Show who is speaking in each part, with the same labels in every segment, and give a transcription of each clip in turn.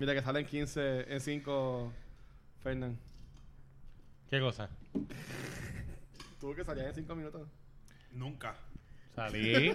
Speaker 1: Mira que salen 15 en 5, Fernán.
Speaker 2: ¿Qué cosa?
Speaker 1: Tuvo que salir en 5 minutos.
Speaker 3: Nunca.
Speaker 2: Salí.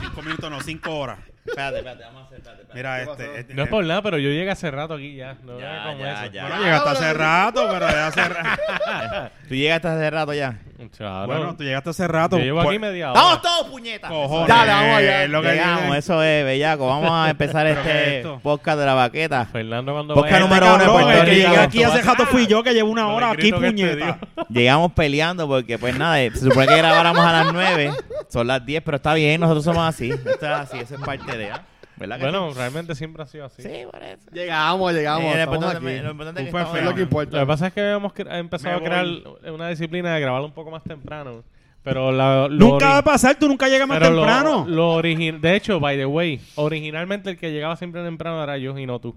Speaker 3: Cinco minutos, no, cinco horas.
Speaker 4: Espérate, espérate, vamos a hacer, espérate, espérate.
Speaker 3: Mira,
Speaker 1: ¿Qué pasó?
Speaker 3: este. este-
Speaker 2: no es por nada, pero yo llegué hace rato aquí ya. No
Speaker 4: Ya,
Speaker 2: era como
Speaker 4: ya,
Speaker 2: eso.
Speaker 4: ya.
Speaker 3: Bueno, llegaste hace rato, pero ya hace rato.
Speaker 4: Tú llegaste hace rato ya.
Speaker 2: Claro.
Speaker 3: Bueno, tú llegaste hace rato.
Speaker 2: yo llevo aquí
Speaker 3: Pues-
Speaker 2: media hora.
Speaker 4: ¡Vamos todos, puñetas!
Speaker 3: Cojones,
Speaker 4: Dale, vamos allá.
Speaker 3: es lo que
Speaker 4: Llegamos,
Speaker 3: viene.
Speaker 4: eso es, bellaco. Vamos a empezar
Speaker 3: ¿Pero qué es
Speaker 4: este
Speaker 3: esto?
Speaker 4: podcast de la baqueta.
Speaker 2: Fernando cuando
Speaker 4: Podcast
Speaker 2: vaya- Este
Speaker 4: número uno de
Speaker 3: Este Cabrón,
Speaker 4: Puerto
Speaker 3: el que
Speaker 4: Rico.
Speaker 3: llegué aquí hace rato fui yo que llevo una
Speaker 2: Con el
Speaker 3: hora aquí,
Speaker 2: grito que te
Speaker 3: puñeta.
Speaker 4: Llegamos peleando porque, pues nada, eh, se supone que grabáramos a las 9. Son las 10, pero está bien, nosotros somos así. Esto es así, eso es parte de. ¿ah? ¿Verdad que
Speaker 2: Bueno, realmente siempre ha sido así.
Speaker 4: sí? Sí, por eso.
Speaker 1: Llegamos, llegamos.
Speaker 4: Eh, lo,
Speaker 1: estamos
Speaker 4: importante,
Speaker 1: aquí.
Speaker 4: lo importante es que
Speaker 3: Tú fue
Speaker 4: estamos
Speaker 1: Es lo que
Speaker 2: Lo
Speaker 4: grabando.
Speaker 2: que
Speaker 1: importa.
Speaker 2: pasa es que hemos cre- empezado a
Speaker 3: Me
Speaker 2: crear una disciplina de grabarlo un poco más temprano. Pero la, lo
Speaker 3: Nunca va a
Speaker 2: ori-
Speaker 3: pasar, tú nunca llegas más
Speaker 2: pero lo-
Speaker 3: temprano.
Speaker 2: Lo, origi- de hecho, by the way, originalmente el que llegaba siempre temprano era yo y no tú.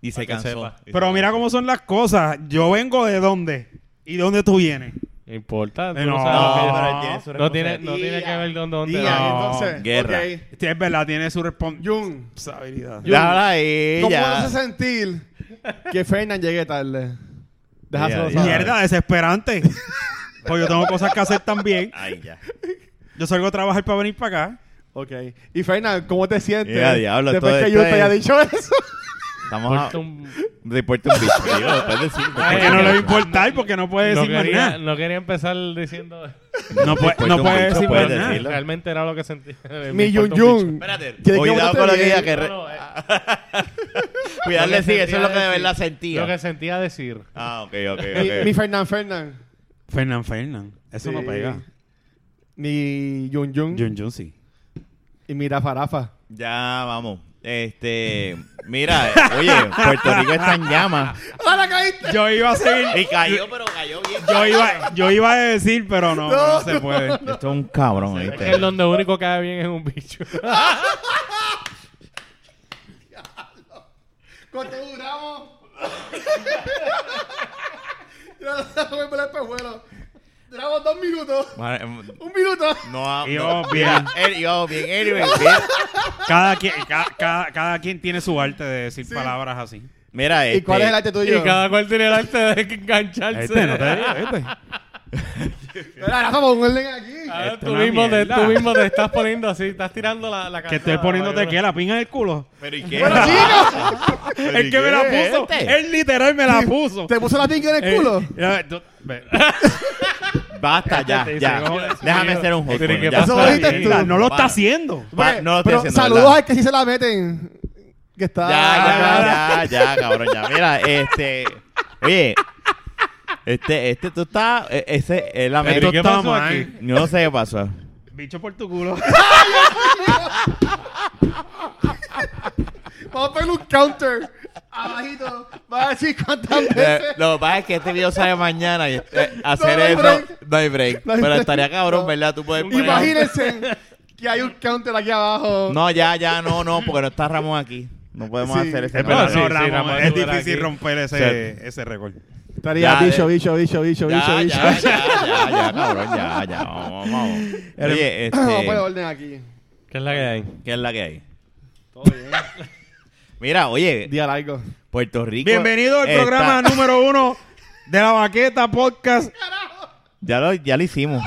Speaker 4: Y se
Speaker 2: Para que
Speaker 4: cansó.
Speaker 2: sepa.
Speaker 3: Pero mira cómo son las cosas. Yo vengo de dónde y dónde tú vienes.
Speaker 2: No importa. tú
Speaker 3: Eh,
Speaker 2: no,
Speaker 3: no.
Speaker 2: sabes lo que yo-
Speaker 4: No, pero él tiene su
Speaker 2: no tiene, no
Speaker 1: responsabilidad.
Speaker 2: tiene que ver con dónde.
Speaker 1: Y
Speaker 3: No.
Speaker 1: ahí, entonces,
Speaker 4: Guerra.
Speaker 1: ok.
Speaker 3: Sí, es verdad, tiene su responsabilidad.
Speaker 1: Jun,
Speaker 4: Déjala ahí,
Speaker 1: ¿cómo
Speaker 4: ya.
Speaker 1: hace sentir que Fernán llegue tarde? Déjaselo
Speaker 4: Ya, ya.
Speaker 1: saber.
Speaker 3: Mierda, desesperante. pues yo tengo cosas que hacer también.
Speaker 4: Ay, ya.
Speaker 3: Yo salgo a trabajar para venir para acá.
Speaker 1: Ok. Y Fernán, ¿cómo te sientes?
Speaker 4: Ya, diablo,
Speaker 1: Después
Speaker 4: todo
Speaker 1: que
Speaker 4: esto
Speaker 1: yo te haya
Speaker 4: es-
Speaker 1: dicho eso.
Speaker 4: Estamos a...
Speaker 2: Corta un-
Speaker 4: Reporta un bicho. Digo, después de cinco.
Speaker 2: Ay,
Speaker 3: Que no le va a
Speaker 2: ya.
Speaker 3: importar porque no puede
Speaker 2: no,
Speaker 3: decir más
Speaker 2: quería,
Speaker 3: nada.
Speaker 2: no quería empezar diciendo.
Speaker 3: No puede,
Speaker 4: Después
Speaker 3: no
Speaker 4: tú
Speaker 3: puede
Speaker 4: pichas,
Speaker 3: decir
Speaker 4: puedes
Speaker 3: más nada.
Speaker 4: decir. Dilo.
Speaker 2: Realmente era lo que sentí.
Speaker 1: Mi Jun
Speaker 2: importa un
Speaker 1: Jun.
Speaker 4: Espérate.
Speaker 1: ¿Quieres que
Speaker 4: Cuidado
Speaker 1: vote
Speaker 4: con lo que
Speaker 1: bien?
Speaker 4: diga que.
Speaker 2: bicho.
Speaker 4: re-
Speaker 2: No, no, eh,
Speaker 4: Cuidado,
Speaker 2: lo que
Speaker 4: le sigue, eso es lo que de
Speaker 2: decir.
Speaker 4: verdad sentía.
Speaker 2: Lo que sentía decir.
Speaker 4: Ah, ok, ok,
Speaker 1: Mi, mi
Speaker 4: ok.
Speaker 1: Fernán Fernán.
Speaker 3: Fernán Fernán. Eso no
Speaker 1: Sí.
Speaker 3: pega.
Speaker 1: Mi Jun Jun.
Speaker 3: Jun Jun sí.
Speaker 1: Y mi Rafa Rafa.
Speaker 4: Ya, vamos. Este. Mira, oye, Puerto Rico está en llamas.
Speaker 1: ¡Ahora caíste!
Speaker 3: Yo iba a seguir.
Speaker 4: Y cayó, pero cayó bien.
Speaker 3: Yo iba, yo iba a decir, pero no, no,
Speaker 1: No,
Speaker 3: se puede.
Speaker 4: Esto es un cabrón,
Speaker 2: Es
Speaker 4: ¿viste?
Speaker 2: que el donde único cae bien es un bicho.
Speaker 1: ¿Cuánto duramos? Yo no sé cómo el pejuelo. Duramos dos minutos.
Speaker 4: Madre, em,
Speaker 1: Un minuto.
Speaker 4: No,
Speaker 3: Íbamos
Speaker 4: no,
Speaker 3: bien.
Speaker 4: Él, íbamos bien, él iba bien.
Speaker 3: Cada quien, ca- ca- cada, quien tiene su arte de decir palabras así.
Speaker 4: Mira, este,
Speaker 1: ¿Y cuál es el arte tuyo?
Speaker 2: y cada cual tiene el arte de engancharse.
Speaker 3: Este, no te digo, este.
Speaker 1: Mira, Rafa, pon un orden
Speaker 4: Ah.
Speaker 1: aquí.
Speaker 2: Ahora Ah, tú,
Speaker 3: Esto es este una
Speaker 2: mismo te,
Speaker 3: mierda.
Speaker 2: tú mismo te estás poniendo así, estás tirando la, la
Speaker 3: Que
Speaker 2: canción
Speaker 3: estoy
Speaker 2: a la
Speaker 3: poniéndote
Speaker 2: basura.
Speaker 3: que la pinga en el culo.
Speaker 4: Pero ¿y qué?
Speaker 1: Bueno, chicos.
Speaker 4: Pero, ¿y
Speaker 3: El que me la
Speaker 4: qué?
Speaker 3: puso.
Speaker 4: Este.
Speaker 3: Él literal me la puso.
Speaker 1: ¿Te puso la pinga en el culo?
Speaker 3: Eh, ya, tú- ve.
Speaker 4: Basta, ya,
Speaker 2: Cállate,
Speaker 4: ya.
Speaker 2: dice, joder,
Speaker 4: Déjame
Speaker 2: tío.
Speaker 4: ser un
Speaker 2: Tiene que
Speaker 4: joder. Ya
Speaker 1: Eso
Speaker 2: pasar.
Speaker 1: dijiste tú.
Speaker 3: Mira, no lo está
Speaker 4: Para.
Speaker 3: haciendo.
Speaker 4: Va, no lo
Speaker 1: Pues,
Speaker 4: estoy
Speaker 1: Pero
Speaker 4: haciendo,
Speaker 1: saludos
Speaker 4: ¿verdad?
Speaker 1: al que sí se la meten. Que está...
Speaker 4: Ya, ya, ya, ya, cabrón, ya. Mira, este. Oye, este, este, tú estás. e- Ese, el
Speaker 2: Pero,
Speaker 4: lamento.
Speaker 2: ¿y qué
Speaker 3: está
Speaker 2: pasó
Speaker 1: Ah.
Speaker 3: mal.
Speaker 2: aquí?
Speaker 4: Yo no sé qué pasó.
Speaker 3: Bicho por tu culo.
Speaker 1: Vamos a poner un counter. Abajito. Va a decir cuántas
Speaker 4: Eh,
Speaker 1: veces.
Speaker 4: Lo que pasa es que este video sale mañana y eh, hacer
Speaker 1: No, no hay
Speaker 4: eso
Speaker 1: break.
Speaker 4: no hay break.
Speaker 1: No hay
Speaker 4: Pero
Speaker 1: break.
Speaker 4: estaría cabrón,
Speaker 1: No.
Speaker 4: ¿verdad? Tú puedes
Speaker 2: Un
Speaker 4: poner-
Speaker 1: Imagínense que hay un counter aquí abajo.
Speaker 4: No, ya, ya, no, no, porque no está Ramón aquí. No podemos
Speaker 1: Sí.
Speaker 4: hacer ese.
Speaker 3: Es verdad,
Speaker 2: sí,
Speaker 3: no,
Speaker 2: sí,
Speaker 3: Ramón,
Speaker 2: Ramón,
Speaker 3: es
Speaker 2: tú eras
Speaker 3: difícil
Speaker 2: aquí.
Speaker 3: romper ese, ese récord.
Speaker 1: Estaría
Speaker 4: Ya,
Speaker 1: bicho,
Speaker 4: de-
Speaker 1: bicho, bicho, bicho, bicho,
Speaker 4: Ya,
Speaker 1: bicho.
Speaker 4: ya, ya, ya, ya, cabrón, ya, ya, vamos, vamos. Oye,
Speaker 1: Vamos a poner
Speaker 4: este,
Speaker 1: orden aquí.
Speaker 2: ¿Qué es la que hay?
Speaker 4: ¿qué es la que hay?
Speaker 1: Todo bien.
Speaker 4: Mira, oye,
Speaker 1: Día largo.
Speaker 4: Puerto Rico.
Speaker 3: Bienvenido al
Speaker 4: está-
Speaker 3: programa número uno de la Baqueta Podcast.
Speaker 4: Ya lo, ya lo hicimos.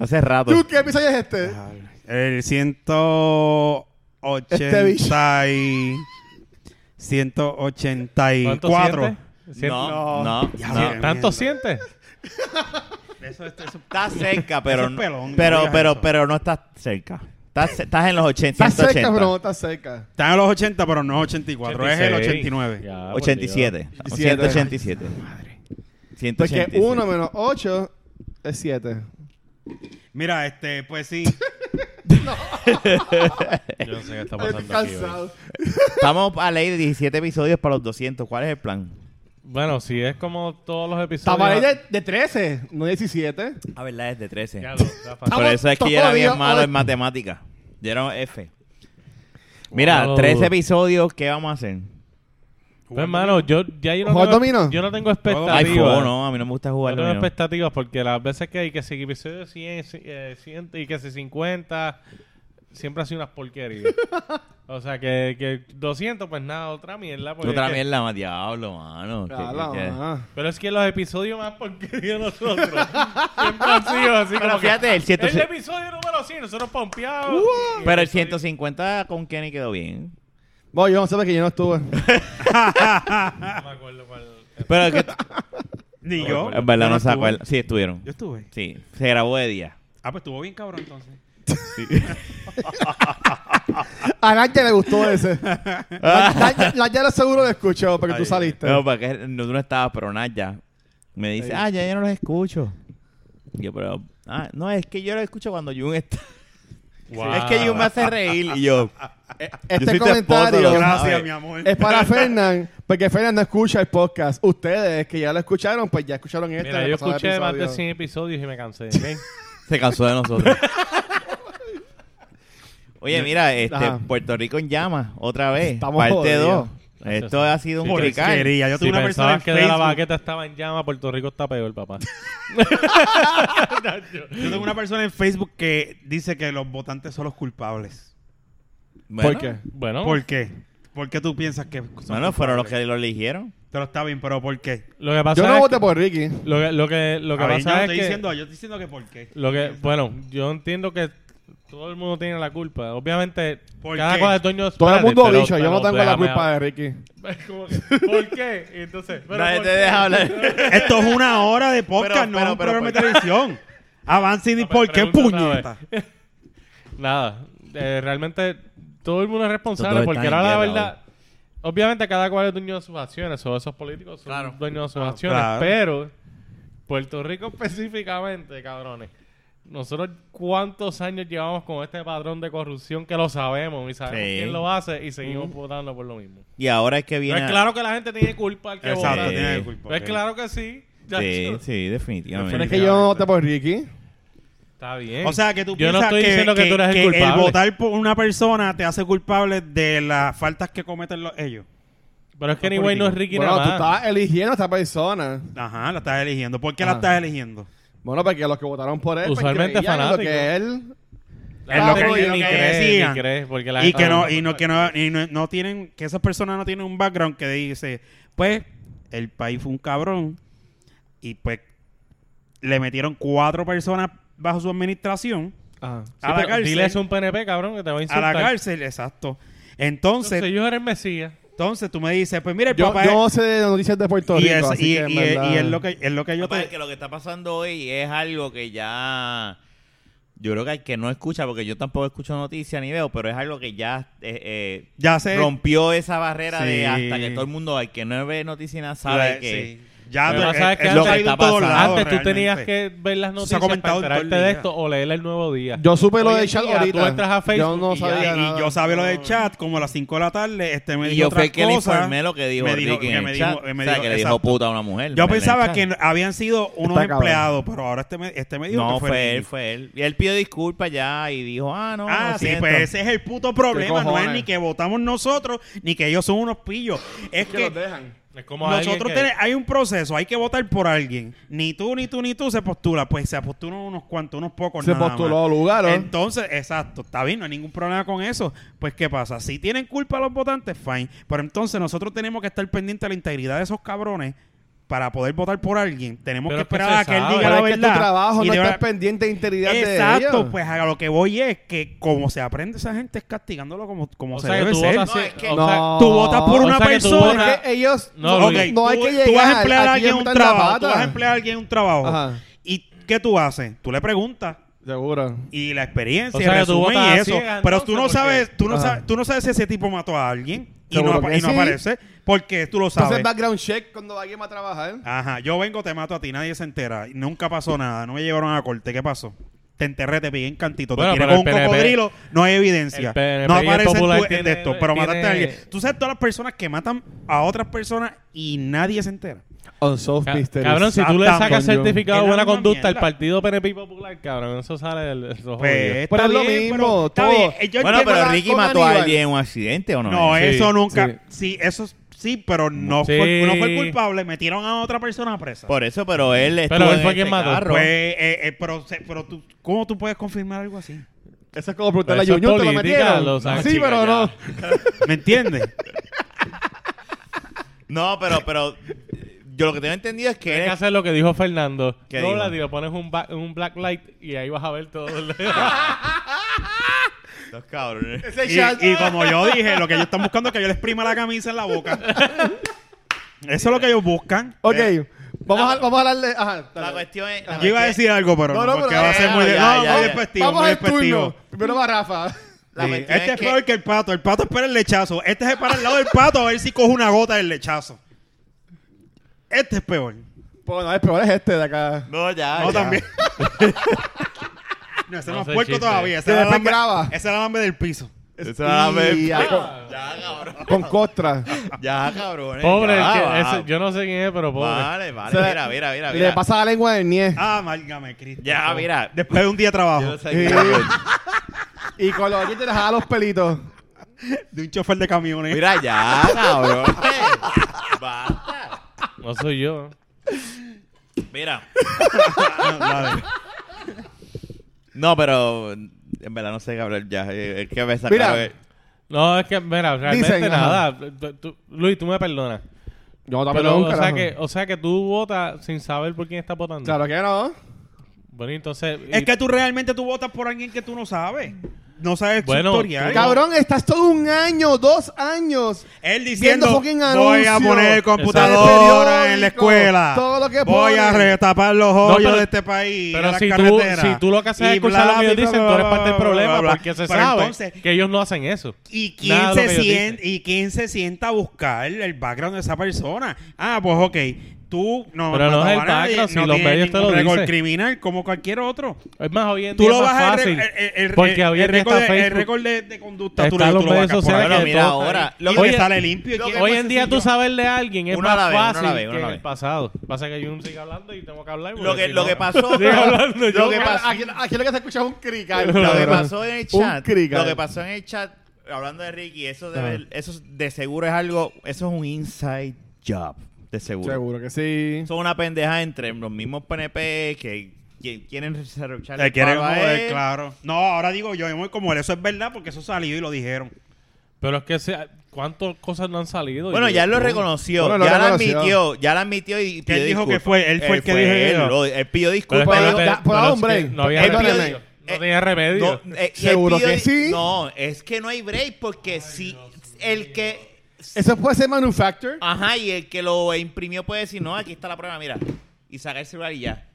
Speaker 4: Hace rato.
Speaker 1: ¿Tú qué episodio es este?
Speaker 3: El 180
Speaker 1: Este bicho.
Speaker 3: y...
Speaker 2: ¿Cuánto
Speaker 3: 184.
Speaker 2: sientes? ¿Sientes?
Speaker 4: No, no,
Speaker 3: Ya,
Speaker 4: no.
Speaker 3: bien.
Speaker 2: ¿Tanto sientes?
Speaker 3: Eso, esto, eso-
Speaker 4: Está cerca, pero
Speaker 3: Eso es
Speaker 4: no-
Speaker 3: pelón, no
Speaker 4: pero,
Speaker 3: digas
Speaker 4: pero,
Speaker 3: eso.
Speaker 4: pero no estás cerca. Estás, estás en los 80,
Speaker 1: Estás cerca,
Speaker 4: 180.
Speaker 1: pero no estás cerca.
Speaker 3: Están en los 80, pero no 84. Es el
Speaker 2: 86.
Speaker 3: 89.
Speaker 2: Ya, Ah, por
Speaker 4: 87.
Speaker 1: Dios.
Speaker 4: 187.
Speaker 1: Porque
Speaker 4: 187.
Speaker 1: 1 menos 8 es 7.
Speaker 3: Mira, este, pues sí.
Speaker 2: Dios. Yo no sé qué está
Speaker 1: Estoy
Speaker 2: pasando aquí hoy.
Speaker 1: cansado.
Speaker 4: Estamos a ley de 17 episodios para los 200. ¿Cuál es el plan?
Speaker 2: Bueno, si es como todos los episodios...
Speaker 1: Estaba ahí de, de 13, no 17.
Speaker 4: A verdad es de 13.
Speaker 2: Ya lo, Rafa.
Speaker 4: Por eso es que yo era
Speaker 1: Estamos
Speaker 4: bien
Speaker 1: todos
Speaker 4: malo
Speaker 1: hoy.
Speaker 4: en matemáticas. Yo era un F. Mira,
Speaker 2: Wow.
Speaker 4: 13 episodios, ¿qué vamos a hacer?
Speaker 2: Pues, hermano, yo ya yo no,
Speaker 1: ¿Jugar
Speaker 2: tengo-
Speaker 1: dominó?
Speaker 2: yo no tengo
Speaker 4: Ay,
Speaker 2: expectativas.
Speaker 4: fuego, no, a mí no me gusta
Speaker 2: No
Speaker 4: jugar.
Speaker 2: tengo
Speaker 4: dominó.
Speaker 2: expectativas porque las veces que hay que si episodio 100, si- eh, 100 y que si 50, siempre ha sido unas porquerías. o sea, que, que 200, pues nada, otra mierda. porque
Speaker 4: Otra
Speaker 2: es que-
Speaker 4: mierda más, diablo, mano. que-
Speaker 1: Ya, la
Speaker 4: que-
Speaker 1: mamá.
Speaker 2: Pero es que los episodios más porquerías de nosotros siempre han sido así
Speaker 4: Pero
Speaker 2: como que,
Speaker 4: fíjate, el ciento-
Speaker 2: el episodio número 100, nosotros pompeados. Y
Speaker 4: Pero el
Speaker 2: episodio-
Speaker 4: 150 con Kenny quedó bien.
Speaker 1: Voy, yo no sabes que yo no estuve.
Speaker 2: No me acuerdo cuál. era.
Speaker 4: Pero es que
Speaker 3: Ni
Speaker 2: yo.
Speaker 3: yo.
Speaker 4: en verdad no se
Speaker 3: estuve.
Speaker 4: acuerda. Sí, estuvieron.
Speaker 3: Yo estuve.
Speaker 4: Sí, se grabó de día.
Speaker 3: Ah, pues estuvo bien cabrón entonces.
Speaker 1: A Nadia le gustó ese. Nadia Nadia seguro lo escuchó porque tú
Speaker 3: Ay,
Speaker 1: saliste.
Speaker 4: No, para que no, tú no estabas, pero Naya me dice, ah, ya yo no los escucho. Y Yo, pero, ah, no, es que yo los escucho cuando Jun está.
Speaker 2: Wow.
Speaker 4: Es que Jun me hace reír. Y yo, yo
Speaker 1: Este
Speaker 4: soy tu esposo,
Speaker 1: comentario
Speaker 4: lo-
Speaker 3: Gracias,
Speaker 4: sabes.
Speaker 3: mi amor.
Speaker 1: es para Fernán, porque Fernán no escucha el podcast. Ustedes que ya lo escucharon, pues ya escucharon este.
Speaker 2: Mira,
Speaker 1: el
Speaker 2: yo
Speaker 1: pasado
Speaker 2: escuché más de
Speaker 1: episodio.
Speaker 2: 100 episodios y me cansé. ¿ok?
Speaker 4: se cansó de nosotros. Oye, mira, este,
Speaker 1: Ajá.
Speaker 4: Puerto Rico en llamas, otra vez.
Speaker 1: Estamos
Speaker 4: parte
Speaker 1: jodidos.
Speaker 4: 2. Esto ha sido un crical.
Speaker 3: Porquería. Yo
Speaker 2: si
Speaker 3: tuve una persona en
Speaker 2: pensabas que de la
Speaker 3: Facebook.
Speaker 2: baqueta estaba en llama, Puerto Rico está peor, papá.
Speaker 3: Yo tengo una persona en Facebook que dice que los votantes son los culpables.
Speaker 4: Bueno,
Speaker 1: ¿Por qué?
Speaker 2: Bueno,
Speaker 3: ¿Por qué? ¿Por qué tú piensas que son
Speaker 4: Bueno, fueron los que lo eligieron.
Speaker 3: Pero está bien, pero ¿por qué?
Speaker 2: lo que pasa
Speaker 1: Yo no
Speaker 2: es
Speaker 1: voté
Speaker 2: que-
Speaker 1: por Ricky.
Speaker 2: Lo que, lo que, lo que
Speaker 3: A ver, yo no
Speaker 2: pasa
Speaker 3: estoy
Speaker 2: es que...
Speaker 3: diciendo, yo estoy diciendo que ¿por qué?
Speaker 2: Lo que, bueno, yo entiendo que todo el mundo tiene la culpa. Obviamente,
Speaker 3: ¿Por
Speaker 2: cada
Speaker 3: qué?
Speaker 2: cosa es dueño de su
Speaker 1: Todo el
Speaker 2: padre,
Speaker 1: mundo ha
Speaker 2: pero-
Speaker 1: dicho, yo
Speaker 2: pero
Speaker 1: no tengo la
Speaker 2: déjame
Speaker 1: culpa
Speaker 2: hablar.
Speaker 1: de Ricky.
Speaker 2: Es como que, ¿Por qué? Y Entonces, pero
Speaker 4: Nadie
Speaker 2: ¿por
Speaker 4: te
Speaker 2: qué?
Speaker 4: deja hablar.
Speaker 3: Esto es una hora de podcast,
Speaker 4: Pero,
Speaker 3: no
Speaker 4: pero,
Speaker 3: es un
Speaker 4: pero,
Speaker 3: programa de
Speaker 4: ¿por
Speaker 3: televisión. Avanza y di
Speaker 2: No, pero
Speaker 3: por qué,
Speaker 2: pregunta otra
Speaker 3: puñeta.
Speaker 2: Nada, eh, realmente todo el mundo es
Speaker 4: Todo
Speaker 2: responsable
Speaker 4: está
Speaker 2: porque
Speaker 4: en
Speaker 2: era la
Speaker 4: guerra
Speaker 2: verdad. Obviamente cada cual es dueño de sus acciones, o esos políticos son
Speaker 4: Claro.
Speaker 2: dueños de sus acciones,
Speaker 3: Ah, claro.
Speaker 2: pero Puerto Rico específicamente, cabrones. Nosotros cuántos años llevamos con este patrón de corrupción que lo sabemos y sabemos
Speaker 4: Sí.
Speaker 2: quién lo hace y seguimos votando por lo mismo.
Speaker 4: Y ahora es que
Speaker 2: Pero
Speaker 4: viene.
Speaker 2: es claro que la gente tiene culpa al que
Speaker 3: Exacto,
Speaker 2: vota.
Speaker 4: Sí.
Speaker 3: tiene
Speaker 2: Pero
Speaker 3: culpa.
Speaker 2: es claro que sí. ya
Speaker 4: Sí,
Speaker 2: chico.
Speaker 4: sí,
Speaker 1: Pero es
Speaker 4: definitivamente.
Speaker 1: que yo no voté por Ricky.
Speaker 2: Está bien.
Speaker 3: O sea, que tú
Speaker 2: eh. Yo no
Speaker 3: piensas
Speaker 2: estoy
Speaker 3: que,
Speaker 2: diciendo que tú eres el culpable.
Speaker 3: votar por una persona te hace culpable de las faltas que cometen los- ellos.
Speaker 2: Pero es que
Speaker 3: no
Speaker 2: anyway no es
Speaker 3: político.
Speaker 2: Ricky
Speaker 1: Bueno, tú
Speaker 2: nada más.
Speaker 1: estabas eligiendo a esta persona.
Speaker 3: Ajá, la estás eligiendo. ¿Por qué
Speaker 1: Ajá.
Speaker 3: la estás eligiendo?
Speaker 1: Bueno, porque los que votaron por él, pues,
Speaker 2: Usualmente
Speaker 1: creían en lo
Speaker 2: fanáticos.
Speaker 1: que él...
Speaker 3: Es lo que-
Speaker 2: Ni
Speaker 3: es lo que
Speaker 2: crees,
Speaker 3: decían.
Speaker 2: ni crees, porque la
Speaker 3: Y
Speaker 2: gente-
Speaker 3: que no, y no, que no, y no, no tienen, que esas personas no tienen un background que dice, pues, el país fue un cabrón, y pues le metieron cuatro personas bajo su administración
Speaker 1: Ajá.
Speaker 2: Sí,
Speaker 3: a la
Speaker 2: pero
Speaker 3: cárcel.
Speaker 2: Dile eso a un PNP, cabrón, que te va a
Speaker 3: a
Speaker 2: insultar.
Speaker 3: la cárcel, exacto. Entonces,
Speaker 2: Entonces,
Speaker 3: entonces,
Speaker 2: ellos eran mesías.
Speaker 3: tú me dices, pues mira, el
Speaker 1: Yo,
Speaker 3: papá
Speaker 1: yo sé de noticias de Puerto
Speaker 3: y,
Speaker 1: Rico,
Speaker 3: es,
Speaker 1: así
Speaker 3: y,
Speaker 1: que en
Speaker 3: y-
Speaker 1: verdad-
Speaker 3: y es lo que es lo que yo
Speaker 4: Lo que pasa es
Speaker 3: te
Speaker 4: que lo que está pasando hoy es algo que ya. Yo creo que al que no escucha, porque yo tampoco escucho noticias ni veo, pero es algo que ya eh,
Speaker 3: ya
Speaker 4: eh,
Speaker 3: sé
Speaker 4: rompió esa barrera
Speaker 3: Sí. Pues,
Speaker 4: de hasta que todo el mundo, al que no ve noticias ni nada, sabe
Speaker 3: Sí.
Speaker 4: que.
Speaker 3: ya
Speaker 2: Lo que
Speaker 3: te-
Speaker 2: pasa es que
Speaker 3: lo
Speaker 2: antes-
Speaker 3: ha ido en todos
Speaker 4: antes
Speaker 3: lados,
Speaker 2: Antes tú
Speaker 3: realmente.
Speaker 2: tenías que ver las
Speaker 3: Eso se ha
Speaker 2: noticias para
Speaker 3: comentado todo el
Speaker 2: enterarte de
Speaker 3: día.
Speaker 2: esto o leer el nuevo día.
Speaker 1: Yo supe lo
Speaker 2: Hoy
Speaker 1: de
Speaker 2: en
Speaker 1: chat
Speaker 2: día, tú
Speaker 1: ahorita.
Speaker 2: entras a
Speaker 1: yo
Speaker 2: Facebook
Speaker 1: no
Speaker 2: y
Speaker 1: sabía
Speaker 2: ya-
Speaker 3: y
Speaker 1: nada.
Speaker 3: yo sabía lo del chat como a las 5 de la tarde este me
Speaker 4: Y
Speaker 3: dijo
Speaker 4: yo fui
Speaker 3: otras
Speaker 4: el que le
Speaker 3: cosas.
Speaker 4: informé lo que dijo
Speaker 3: me dijo-
Speaker 4: Ricky en
Speaker 3: que
Speaker 4: el
Speaker 3: me dijo-
Speaker 4: chat.
Speaker 3: que me
Speaker 4: o sea,
Speaker 3: dijo-
Speaker 4: que le dijo
Speaker 3: exacto.
Speaker 4: puta a una mujer.
Speaker 3: yo
Speaker 4: en el
Speaker 3: pensaba
Speaker 4: chat.
Speaker 3: que no- habían sido unos
Speaker 1: Está cabrón.
Speaker 3: empleados pero ahora este me, este me dijo
Speaker 4: No,
Speaker 3: que fue,
Speaker 4: fue él,
Speaker 3: Ricky.
Speaker 4: fue él. Y él pidió disculpas ya y dijo, ah, no.
Speaker 3: ah
Speaker 4: lo
Speaker 3: sí
Speaker 4: siento.
Speaker 3: pues ese es el puto
Speaker 1: ¿Qué
Speaker 3: problema no es
Speaker 1: cojones?
Speaker 3: ni que votamos nosotros ni que ellos son unos pillos es que
Speaker 1: dejan.
Speaker 2: Es como alguien
Speaker 3: Nosotros
Speaker 2: que-
Speaker 3: tenemos- hay un proceso, hay que votar por alguien. Ni tú, ni tú, ni tú se postula. Pues se postulan unos cuantos, unos pocos.
Speaker 1: Se
Speaker 3: nada
Speaker 1: postuló
Speaker 3: más.
Speaker 1: lugar, ¿eh? ¿o?
Speaker 3: Entonces, exacto, está bien, no hay ningún problema con eso. Pues, ¿qué pasa? Si tienen culpa los votantes, fine. Pero entonces nosotros tenemos que estar pendientes de la integridad de esos cabrones para poder votar por alguien. Tenemos
Speaker 2: Pero
Speaker 3: que
Speaker 2: es que
Speaker 3: esperar
Speaker 2: se
Speaker 3: a que él
Speaker 2: sabe.
Speaker 3: diga
Speaker 1: Pero
Speaker 3: la
Speaker 1: es que tu
Speaker 3: verdad.
Speaker 1: trabajo
Speaker 3: y
Speaker 1: no
Speaker 3: de
Speaker 1: estás
Speaker 3: verdad-
Speaker 1: pendiente de integridad de
Speaker 3: Exacto,
Speaker 1: ellos.
Speaker 3: pues a lo que voy es que como se aprende esa gente es castigándolo como, como
Speaker 2: O
Speaker 3: se
Speaker 2: sea, que
Speaker 3: debe
Speaker 2: tú
Speaker 3: ser.
Speaker 2: votas...
Speaker 4: No,
Speaker 2: sí-
Speaker 4: es que-
Speaker 2: o sea,
Speaker 1: No.
Speaker 3: Tú votas por
Speaker 2: O
Speaker 3: una
Speaker 2: sea, que tú votas-
Speaker 3: persona.
Speaker 1: Es que ellos...
Speaker 2: No,
Speaker 1: No,
Speaker 3: Ok,
Speaker 2: Luis.
Speaker 1: no hay
Speaker 3: tú,
Speaker 1: que
Speaker 3: tú vas
Speaker 1: llegar
Speaker 3: a emplear a
Speaker 1: aquí
Speaker 3: alguien
Speaker 1: a
Speaker 3: un
Speaker 1: meter la
Speaker 3: trabajo. Tú
Speaker 1: pata.
Speaker 3: vas a emplear a alguien un trabajo.
Speaker 1: Ajá.
Speaker 3: ¿Y qué tú haces? Tú le preguntas.
Speaker 1: Seguro.
Speaker 3: Y la experiencia,
Speaker 2: O sea,
Speaker 3: el
Speaker 2: que tú ah,
Speaker 3: resumen
Speaker 2: votas
Speaker 3: y
Speaker 2: a
Speaker 3: eso.
Speaker 2: ciegas,
Speaker 3: pero tú no
Speaker 2: entonces, porque-
Speaker 3: sabes, tú no
Speaker 1: Ajá.
Speaker 3: sabes, tú no sabes si ese tipo mató a alguien y no,
Speaker 1: Seguro
Speaker 3: apa-
Speaker 1: que
Speaker 3: y no
Speaker 1: sí.
Speaker 3: aparece porque tú lo
Speaker 1: Entonces
Speaker 3: sabes.
Speaker 1: background check cuando alguien va a trabajar.
Speaker 3: Ajá, yo vengo, te mato a ti, nadie se entera. Y Nunca pasó nada, no me llevaron a corte, ¿qué pasó? Te enterré, te pillé en cantito,
Speaker 2: Bueno,
Speaker 3: te tiré
Speaker 2: pero
Speaker 3: con
Speaker 2: el
Speaker 3: un
Speaker 2: PNP
Speaker 3: cocodrilo, no hay evidencia.
Speaker 2: el PNP
Speaker 3: no
Speaker 2: y el
Speaker 3: aparece en tu-
Speaker 2: Popular
Speaker 3: en
Speaker 2: tiene-
Speaker 3: esto, pero mataste a
Speaker 2: tiene-
Speaker 3: alguien. Tú sabes todas las personas que matan a otras personas y nadie se entera.
Speaker 1: Unsolved
Speaker 2: Ah, Ca-
Speaker 1: Mysteries.
Speaker 2: Cabrón, si tú le
Speaker 3: Exacto,
Speaker 2: sacas
Speaker 1: coño.
Speaker 2: certificado de
Speaker 3: Es la
Speaker 2: buena
Speaker 3: misma
Speaker 2: conducta al
Speaker 3: mierda.
Speaker 2: partido PNP y Popular, cabrón, eso sale del rojo.
Speaker 3: Pues,
Speaker 2: vivo.
Speaker 3: está
Speaker 1: Pero es lo
Speaker 3: bien,
Speaker 1: mismo,
Speaker 3: está
Speaker 1: todo.
Speaker 3: bien. Eh, yo
Speaker 4: Bueno,
Speaker 3: entiendo
Speaker 4: pero
Speaker 3: la-
Speaker 4: Ricky
Speaker 1: con
Speaker 4: mató a
Speaker 1: Aníbal.
Speaker 4: alguien en un accidente o no.
Speaker 3: No, eh.
Speaker 2: Sí,
Speaker 3: eso nunca. Sí. eso es- sí, pero no,
Speaker 2: Sí.
Speaker 3: Fue, no fue el culpable. Metieron a otra persona presa.
Speaker 4: Por eso, pero él estuvo
Speaker 2: él
Speaker 4: en
Speaker 2: fue
Speaker 4: este
Speaker 2: quien mató.
Speaker 4: carro.
Speaker 3: eh, Pues, eh, eh, pero, se- pero tú, ¿cómo tú puedes confirmar algo así?
Speaker 1: Eso es como preguntarle
Speaker 2: Eso
Speaker 1: a
Speaker 2: es
Speaker 1: Junior, ¿te lo
Speaker 2: política,
Speaker 1: metieron?
Speaker 2: lo saca,
Speaker 1: sí,
Speaker 2: chica,
Speaker 1: pero
Speaker 2: ya.
Speaker 1: no.
Speaker 3: ¿Me entiendes?
Speaker 4: No, pero, pero yo lo que tengo entendido es que
Speaker 2: Tienes que
Speaker 4: eres-
Speaker 2: hacer lo que dijo Fernando.
Speaker 4: ¿Qué
Speaker 2: Doblas
Speaker 4: dijo?
Speaker 2: y le pones un, ba- un black light y ahí vas a ver todo. el-
Speaker 4: Los cabrones.
Speaker 1: Ese chat.
Speaker 3: Y, y como yo dije, lo que ellos están buscando es que yo les prima la camisa en la boca. Eso es lo que ellos buscan. Eh,
Speaker 1: Ok,
Speaker 2: Eh,
Speaker 1: vamos, a, vamos a hablarle. Ajá, dale.
Speaker 4: La cuestión es... eh, la
Speaker 3: Yo iba a
Speaker 4: cuestión-
Speaker 3: decir algo, pero
Speaker 1: No,
Speaker 3: no,
Speaker 1: no,
Speaker 3: porque
Speaker 1: pero-
Speaker 3: va a ser muy, de-
Speaker 4: Ya, ya,
Speaker 3: no,
Speaker 4: ya,
Speaker 3: muy
Speaker 4: ya.
Speaker 3: despectivo,
Speaker 1: vamos
Speaker 3: muy
Speaker 1: al
Speaker 3: despectivo.
Speaker 1: turno. Primero va Rafa.
Speaker 4: la
Speaker 3: Sí,
Speaker 4: cuestión
Speaker 3: Este es
Speaker 4: que-
Speaker 3: peor que el pato. El pato espera el lechazo. Este se para al lado del pato a ver si coge una gota del lechazo. Este es peor.
Speaker 1: Bueno, el peor es este de acá.
Speaker 4: No, ya,
Speaker 3: no,
Speaker 4: Ah, ya.
Speaker 3: también. no, ese
Speaker 2: No
Speaker 3: no es
Speaker 2: soy
Speaker 3: puerco
Speaker 2: chiste.
Speaker 3: todavía. Ese
Speaker 1: Que
Speaker 3: es el
Speaker 1: después
Speaker 3: alambre-
Speaker 1: graba.
Speaker 3: ese es el alambre del piso.
Speaker 4: Eso era la
Speaker 1: Y-
Speaker 4: vez-
Speaker 1: con,
Speaker 4: Ya, cabrón.
Speaker 1: con costra.
Speaker 4: Ya, cabrones.
Speaker 2: pobre,
Speaker 4: ya,
Speaker 2: el que-
Speaker 4: va.
Speaker 2: ese- yo no sé quién es, pero pobre.
Speaker 4: Vale, vale.
Speaker 1: O sea,
Speaker 4: mira, mira, mira.
Speaker 1: Le
Speaker 4: mira.
Speaker 1: pasa la lengua del nie.
Speaker 3: Ah, málgame, Cristo.
Speaker 4: Ya, mira.
Speaker 3: Después de un día de
Speaker 4: Yo
Speaker 3: trabajo.
Speaker 4: no sé
Speaker 1: Sí.
Speaker 4: qué-
Speaker 1: Y con los aquí te le jala los pelitos.
Speaker 3: De un chofer de camiones.
Speaker 4: Mira, ya, cabrón. Basta.
Speaker 2: No soy yo.
Speaker 4: Mira.
Speaker 3: No, dale.
Speaker 4: No, pero en verdad no sé, cabrón. Ya, eh, es que me sacaron.
Speaker 1: Mira.
Speaker 4: eh,
Speaker 2: No, es que, mira, realmente
Speaker 1: Dicen, ajá.
Speaker 2: nada. Tú- tú- Luis, tú me perdonas.
Speaker 1: Yo no
Speaker 2: Pero,
Speaker 1: perdón,
Speaker 2: o, sea
Speaker 1: carajo.
Speaker 2: que, o sea que tú votas sin saber por quién estás votando.
Speaker 1: Claro que no.
Speaker 2: Bueno, entonces... y-
Speaker 3: Es que tú realmente tú votas por alguien que tú no sabes. No sabes
Speaker 2: Bueno,
Speaker 3: su historial.
Speaker 2: tú-
Speaker 1: Cabrón, estás todo un año, dos años.
Speaker 3: Él diciendo,
Speaker 1: Viendo fucking
Speaker 3: voy a
Speaker 1: anuncios,
Speaker 3: poner
Speaker 1: el
Speaker 3: computadora
Speaker 1: periódico,
Speaker 3: en la escuela.
Speaker 1: todo lo que
Speaker 3: voy a
Speaker 1: pone.
Speaker 3: retapar los hoyos
Speaker 2: pero-
Speaker 3: de este país.
Speaker 2: Pero
Speaker 3: las
Speaker 2: si tú,
Speaker 3: carreteras.
Speaker 2: si tú lo que haces
Speaker 3: Y
Speaker 2: es escuchar
Speaker 3: bla,
Speaker 2: lo que ellos
Speaker 3: bla,
Speaker 2: dicen,
Speaker 3: bla,
Speaker 2: tú eres
Speaker 3: bla,
Speaker 2: parte del
Speaker 3: bla,
Speaker 2: problema
Speaker 3: bla, bla.
Speaker 2: porque se
Speaker 3: Pero
Speaker 2: sabe
Speaker 3: entonces,
Speaker 2: que ellos no hacen eso.
Speaker 3: ¿Y quién,
Speaker 2: Nada de
Speaker 3: se
Speaker 2: lo que ellos
Speaker 3: sien-
Speaker 2: dicen.
Speaker 3: ¿Y quién se sienta a buscar el background de esa persona? Ah, pues ok. Tú no
Speaker 2: Pero no es el
Speaker 3: matabas a nadie,
Speaker 2: background, si
Speaker 3: no
Speaker 2: los
Speaker 3: tienes
Speaker 2: medios te
Speaker 3: ningún
Speaker 2: lo
Speaker 3: récord
Speaker 2: dicen.
Speaker 3: criminal como cualquier otro.
Speaker 2: Es más, hoy en
Speaker 3: Tú
Speaker 2: día
Speaker 3: lo
Speaker 2: es más
Speaker 3: vas a
Speaker 2: fácil.
Speaker 3: el, el, el-
Speaker 2: porque hoy
Speaker 3: el
Speaker 2: en día está
Speaker 3: récord de, el
Speaker 2: Facebook.
Speaker 3: récord de, de conducta tú,
Speaker 2: Están
Speaker 3: lo-
Speaker 2: los
Speaker 3: tú lo
Speaker 2: medios
Speaker 3: vacas por
Speaker 2: sociales
Speaker 3: ahí.
Speaker 4: Bueno,
Speaker 2: que
Speaker 4: mira,
Speaker 2: todo-
Speaker 4: ahora.
Speaker 3: Y
Speaker 2: Oye,
Speaker 3: te sale limpio. y
Speaker 4: lo-
Speaker 3: quién es
Speaker 2: Hoy en
Speaker 3: más
Speaker 2: día tú
Speaker 3: sencillo.
Speaker 2: saber de alguien es
Speaker 4: Una
Speaker 2: más
Speaker 4: a la vez, una a la
Speaker 2: fácil
Speaker 4: vez,
Speaker 2: que
Speaker 4: una a la
Speaker 2: en el
Speaker 4: vez.
Speaker 2: pasado. Pasa que yo siga hablando y tengo que hablar.
Speaker 4: Lo
Speaker 2: porque
Speaker 4: que,
Speaker 2: si
Speaker 4: lo
Speaker 2: no-
Speaker 4: que pasó.
Speaker 2: Sigue hablando, yo-
Speaker 4: lo que pasó.
Speaker 1: Aquí, aquí lo que se escucha es un crical.
Speaker 4: Lo que
Speaker 1: cabrón.
Speaker 4: pasó en el
Speaker 1: Un
Speaker 4: chat.
Speaker 1: crical.
Speaker 4: Lo que pasó en el chat, hablando de Ricky, eso
Speaker 1: Ajá.
Speaker 4: de, eso de seguro es algo. Eso es un inside job. De seguro.
Speaker 1: Seguro que sí.
Speaker 4: Eso es una pendeja entre los mismos PNP que, que quieren desarrollar
Speaker 3: Te Eh, quieren
Speaker 4: palo a
Speaker 3: joder,
Speaker 4: él.
Speaker 3: claro. No, ahora digo yo, yo voy como él. Eso es verdad porque eso salió y lo dijeron.
Speaker 2: Pero es que se- cuántas cosas no han salido.
Speaker 4: Bueno,
Speaker 2: Yo-
Speaker 4: ya lo
Speaker 2: yo-
Speaker 4: reconoció,
Speaker 1: Bueno, lo
Speaker 4: ya lo
Speaker 1: reconoció.
Speaker 4: admitió, ya lo admitió y pidió
Speaker 3: él dijo
Speaker 4: disculpas. Eh,
Speaker 3: que fue? Él fue el que dijo
Speaker 4: él,
Speaker 3: eso.
Speaker 4: lo- él pidió
Speaker 2: Pero es
Speaker 4: disculpas.
Speaker 2: que
Speaker 4: dijo-
Speaker 2: no te-
Speaker 1: da- por
Speaker 2: pero es
Speaker 1: hombre,
Speaker 2: que No había
Speaker 4: él pidió-
Speaker 2: remedio.
Speaker 4: eh,
Speaker 2: No tenía remedio.
Speaker 4: no, eh, y él
Speaker 1: Seguro
Speaker 4: pidió-
Speaker 1: que sí.
Speaker 4: No, es que no hay break porque si el que...
Speaker 1: Eso puede ser manufacture.
Speaker 4: Ajá, y el que lo imprimió puede decir, no, aquí está la prueba, mira. Y sacar el celular y ya.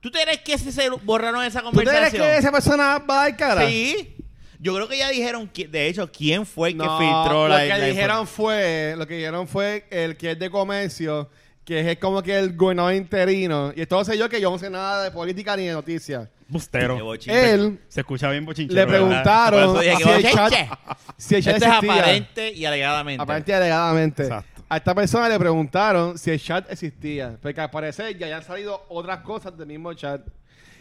Speaker 4: ¿Tú te crees que ese se borraron esa
Speaker 1: ¿Tú crees
Speaker 4: conversación?
Speaker 1: que esa persona va a dar cara?
Speaker 4: Sí. Yo creo que ya dijeron, qui- de hecho, quién fue el que
Speaker 1: No,
Speaker 4: filtró la
Speaker 1: lo que
Speaker 4: la
Speaker 1: dijeron fue lo que dijeron fue el que es de comercio que es como que el gobernador interino y entonces yo que yo no sé nada de política ni de noticias
Speaker 4: Qué
Speaker 3: Bustero.
Speaker 4: bochinche.
Speaker 1: él
Speaker 3: Se escucha bien bochinchero.
Speaker 1: le
Speaker 3: ¿verdad?
Speaker 1: preguntaron
Speaker 4: Por eso dije que
Speaker 1: si el
Speaker 4: vos-
Speaker 1: chat
Speaker 4: Cheche.
Speaker 1: si el chat
Speaker 4: Esto es
Speaker 1: existía.
Speaker 4: aparente y alegadamente.
Speaker 1: aparente y alegadamente
Speaker 3: Exacto.
Speaker 1: a esta persona le preguntaron si el chat existía porque al parecer ya han salido otras cosas del mismo chat